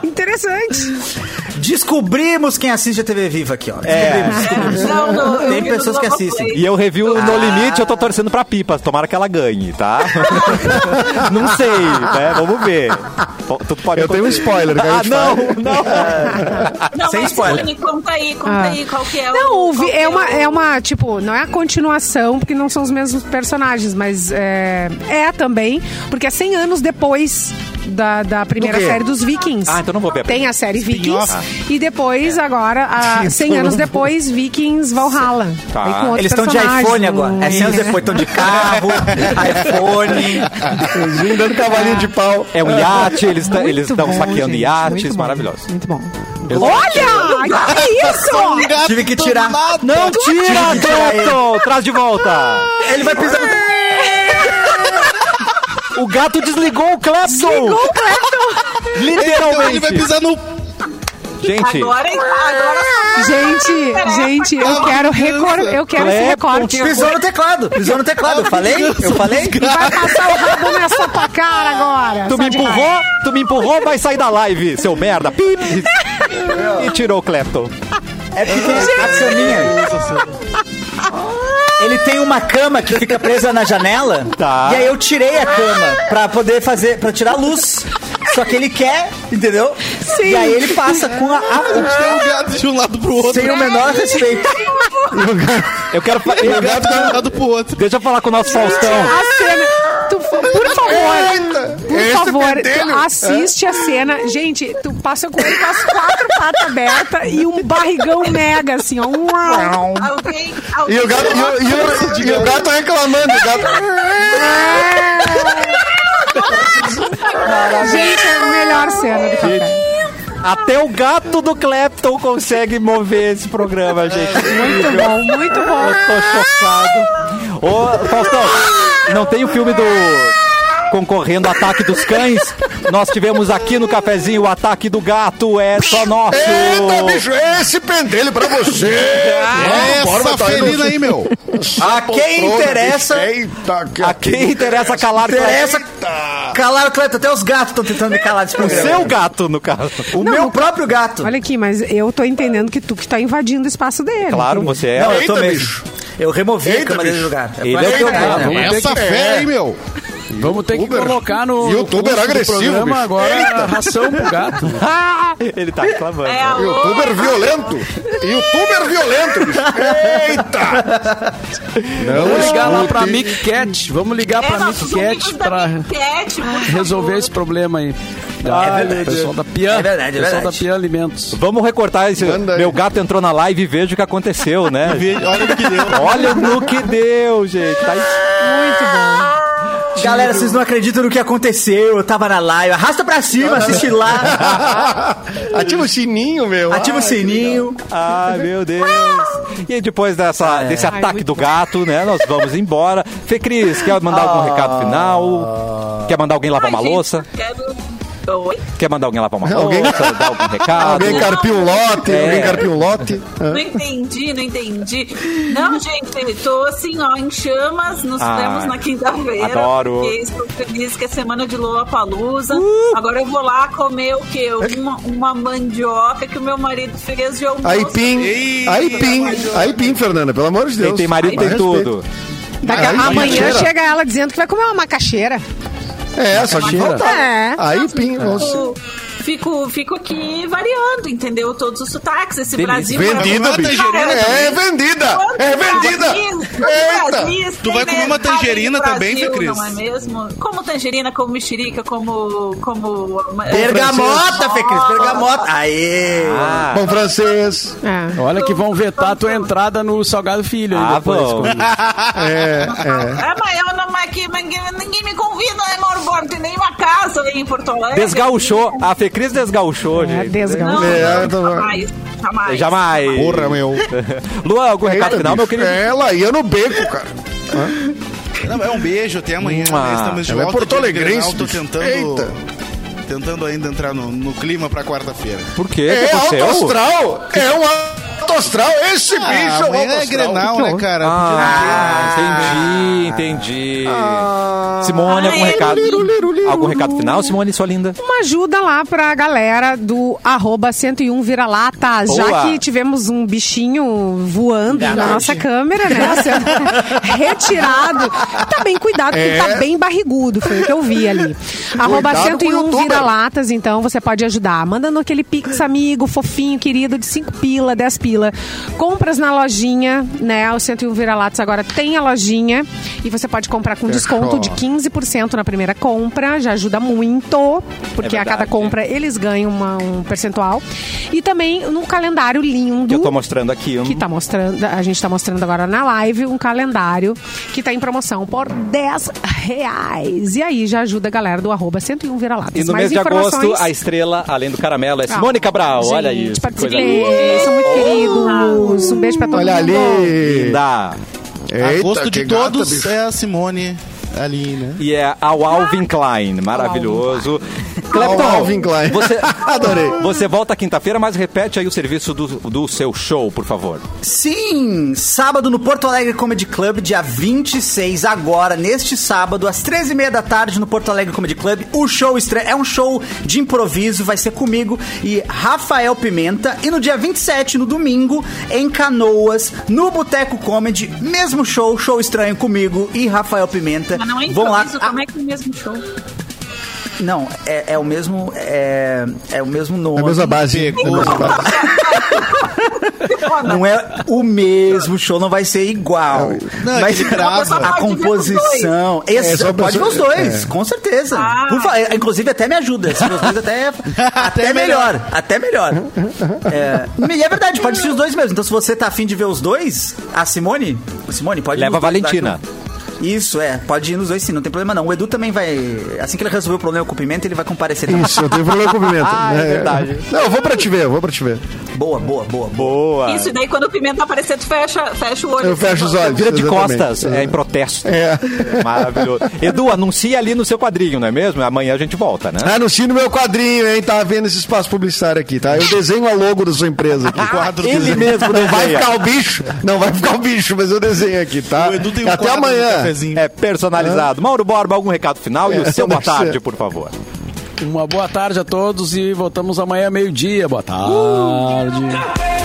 Interessante.
Descobrimos quem assiste a TV Viva aqui, ó.
É.
Não, não, eu
Tem
vi no
pessoas que assistem.
é
Globoplay.
E eu review No Limite, eu tô torcendo pra Pipas. Tomara que ela ganhe, tá? não sei, né? Vamos ver. Po- Tu pode
Eu tenho um spoiler que a
Ah,
gente
não,
fala.
não.
Não,
Sem
mas
spoiler.
Simone, conta aí, conta
Ah.
aí qual que é
Não,
o.
o Vi-
qual que
é uma,
o-
é uma, tipo, não é a continuação, porque não são os mesmos personagens, mas é, é também, porque é 100 anos depois da, da primeira
Do quê?
série dos Vikings.
Ah, então não vou ver.
Tem a série
Spin-off.
Vikings e depois, agora, a, 100 anos depois, Vikings Valhalla.
Tá.
Aí com outro
Eles estão de
personagem,
iPhone agora. É 100 anos depois, estão de carro, iPhone.
Eles dando cavalinho de pau.
É um iate, eles tá- eles
Muito
estão
bom,
saqueando
gente, muito
iates,
bom,
maravilhoso.
Muito bom. Olha! Que isso?
Tive que tirar.
Não tira, gato! Traz de volta!
Ele vai pisar no.
O gato desligou o Clepton! Desligou o Clepton!
Então ele vai
Literalmente!
pisar no.
Gente,
Agora, agora
Gente, gente, eu quero recor eu quero esse
Clepton,
recorte.
Pisou no teclado. Pisou no teclado. Eu falei? Eu falei?
Vai passar o rabo nessa tua cara agora.
tu
só
me
de raiva.
empurrou, tu me empurrou, vai sair da live, seu merda! Pip! E tirou o Clepton.
É porque tem a caminha. Ele tem uma cama que fica presa na janela.
Tá.
E aí eu tirei a cama pra poder fazer, pra tirar a luz. Só que ele quer, entendeu?
Sim.
E aí ele passa com a, a-
Tem um gato de um lado pro outro.
sem o menor respeito.
Eu quero. fa-
Tem um gato de um lado pro outro.
Deixa eu falar com o nosso Faustão.
A cena. Tu, por favor.
Eita,
Por
esse
favor, então-
pentelho.
tu assiste a cena. Gente, tu passa com ele com as quatro patas abertas e um barrigão mega, assim, ó. Uau.
alguém. alguém
E o gato, e o, e o- e o gato reclamando. O gato...
Gente, é a melhor cena do café.
Até o gato do Clapton consegue mover esse programa, gente.
Muito bom, muito
Eu
bom.
tô chocado. Ô, Faustão, não tem o filme do concorrendo Ataque dos Cães? Nós tivemos aqui no cafezinho o Ataque do Gato, é só nosso.
Eita, bicho, esse pendelho pra você. Ah,
É.
Essa felina aí, meu.
A quem interessa,
Eita, que...
A quem interessa calar
interessa calar o Cleto. Até os gatos estão tentando me calar desse
o
programa.
seu gato, no caso.
O meu próprio gato.
Olha aqui, mas eu tô entendendo que tu que tá invadindo o espaço dele.
Claro, você é.
Não, eu
Eita,
tô
bicho.
mesmo. Eu removi a
Eita,
cama dele do
bicho.
lugar.
Ele é o
quase
teu
que eu-
gato.
vamos ter
Essa
que-
É.
fera, hein, meu.
Vamos ter que
Uber.
colocar no.
Youtuber
no curso do
agressivo,
programa
bicho.
agora a ração pro gato.
Ele tá reclamando.
É, alô?
Youtuber violento. Youtuber violento, bicho. Eita.
Vamos ligar lá pra
escute.
Mick Cat. Vamos ligar
É,
tá pra
nossos
Mick Cat
amigos
pra
da Big Cat, por
resolver
favor.
esse problema aí. Ah,
É verdade.
Pessoal da Pian.
É verdade, é
Pessoal da
verdade.
Pian Alimentos.
Vamos recortar esse.
Manda aí.
Meu gato entrou na live e veja o que aconteceu, né?
Olha o que deu.
Olha no que deu, gente. Tá
Galera, vocês não acreditam no que aconteceu. Eu tava na live. Arrasta pra cima, assiste lá.
Ativa o sininho, meu.
Ativa o sininho.
Ah, meu Deus. E depois dessa,
É.
desse ataque do gato, né? Nós vamos embora. Fê Cris, quer mandar algum recado
Ah.
final? Quer mandar alguém lavar
Ai,
uma
gente,
louça?
quero- Oi?
Quer mandar alguém lavar uma
Alguém-
louça? Dar algum recado?
Alguém carpiu um lote,
É.
alguém carpiu um lote.
Não entendi, não entendi. Não, gente, tô assim, ó, em chamas. Nos
Ah,
vemos na quinta-feira.
adoro.
Porque estou feliz que é semana de Lollapalooza. Agora eu vou lá comer o quê? Uma, uma mandioca que o meu marido fez de almoço.
Aipim, aipim, aipim, Fernanda, pelo amor de Deus.
Quem tem marido
Mais
tem
respeito.
tudo.
Daqui a-
Ai,
amanhã
macaxeira.
chega ela dizendo que vai comer uma macaxeira.
É, só cheira.
Tá.
É.
Aí, pim, vamos.
Fico, fico, fico aqui variando, entendeu? Todos os sotaques. Esse Brasil...
Vendida,
Uma
bicho.
tangerina
É vendida! É vendida! Eita!
Tu vai comer
Tá
uma tangerina também, Fê Cris?
Não é mesmo? Como tangerina, como mexerica, como... como é,
Bergamota, Fê Cris, bergamota. Aê!
Bom francês.
É.
Olha que vão vetar a tua entrada no Salgado Filho. aí
Ah,
depois,
bom.
quando-
É, é.
Ah, mas eu não, mas que, mas que ninguém me convida, né, Mauro Borba? Tem nenhuma casa aí em Porto Alegre.
Desgauchou. A Fecris desgauchou,
É,
gente.
desgal.
Não,
É,
não,
tá bom.
jamais, jamais.
Jamais.
Porra, meu.
Luan, algum recado
Eita,
final, É meu
bicho.
querido?
Ela ia no beco, cara.
Não, é um beijo, até amanhã.
Mua.
né? Estamos de
Ela é
volta.
Porto
Dia do
Alegrense,
Grenal, Tô
bicho.
tentando,
Eita.
tentando ainda entrar no, no clima pra quarta-feira.
Por quê?
É
que
tipo,
alto
aconteceu?
astral. É um alto astral. Esse bicho é um
amanhã
alto
é
astral.
Grenal, né, cara?
Ah, entendi, entendi.
Ah.
Simone, algum
é
Ai,
recado?
liru,
liru, liru,
Algum recado final, Simone, sua linda?
Uma ajuda lá pra galera do arroba 101 vira-latas, já
Boa.
que tivemos um bichinho voando na nossa câmera, né? Sendo retirado. Tá bem cuidado, porque
É.
tá bem barrigudo, foi o que eu vi ali. Arroba
com o
101
youtuber.
vira-latas, então você pode ajudar. Mandando aquele pix amigo, fofinho, querido, de 5 pila, 10 pila. Compras na lojinha, né? O 101 vira-latas agora tem a lojinha e você pode comprar com desconto de 15% na primeira compra, já ajuda muito, porque
É
a cada
verdade.
compra eles ganham uma- um percentual. E também num calendário lindo.
Que eu tô mostrando aqui. hum.
que tá mostrando, a gente tá mostrando agora na live um calendário que tá em promoção por 10 reais. E aí já ajuda a galera do arroba 101 vira-latas.
E no
Mais
mês de agosto,
informações-
a estrela, além do caramelo, é
Ah,
Simone Cabral.
gente,
Olha isso. que coisa
participei.
linda.
São muito queridos. Um beijo pra todo
Olha
mundo.
ali.
Linda.
Eita,
Gosto
que
de
gata,
todos
bicho.
é a Simone ali, né?
E é ao Alvin Klein, maravilhoso. Clepton,
Ao Alvin Klein.
Você,
Adorei.
Você volta quinta-feira, mas repete aí o serviço do, do seu show, por favor.
Sim, sábado no Porto Alegre Comedy Club, dia 26, agora, neste sábado, às 13h30 da tarde, no Porto Alegre Comedy Club. O show estre- é um show de improviso, vai ser comigo e Rafael Pimenta. E no dia 27, no domingo, em Canoas, no Boteco Comedy, mesmo show, show estranho comigo e Rafael Pimenta.
Mas não é
Vão lá.
improviso, como é que é o mesmo show?
Ah, Não, é, é o mesmo. É, é o mesmo nome.
É a mesma base. É a mesma base.
Não é o mesmo show, não vai ser igual.
Não, é
mas
que ele grava.
a composição. Esse,
É, só
pode ver
pra-
os dois,
é.
com certeza.
Ah.
Por favor, inclusive até me ajuda. Se vocês até, é até,
Até
melhor. Até melhor. É, e é verdade, pode ser os dois mesmo. Então, se você tá afim de ver os dois, a Simone. Simone, pode ir
Leva
nos dois,
a Valentina.
tá? Isso, é. Pode ir nos dois sim, não tem problema não. O Edu também vai. Assim que ele resolver o problema com o pimenta, ele vai comparecer também.
Isso, eu tenho problema com pimenta.
Ah, é verdade.
Não, eu vou pra te ver, eu vou pra te ver.
Boa, boa, boa, boa.
Boa.
Isso, e daí quando o pimenta aparecer, tu fecha, fecha o olho.
Eu
assim,
fecho os
fala,
olhos.
Vira de
exatamente.
costas, é em protesto.
É.
Maravilhoso. Edu, anuncia ali no seu quadrinho, não é mesmo? Amanhã a gente volta, né?
Anuncio no meu quadrinho, hein? Tá vendo esse espaço publicitário aqui, tá? Eu desenho a logo da sua empresa aqui.
Quadro
Ele
desenho.
mesmo
Não vai
desenha.
ficar o bicho, não vai ficar o bicho, mas eu desenho aqui, tá?
O Edu tem um
Até
quadro no
amanhã.
cafezinho.
É personalizado. Mauro Borba, algum recado final e
É,
o seu boa
deve ser.
tarde, por favor.
Uma boa tarde a todos e voltamos amanhã meio-dia. Boa tarde. É,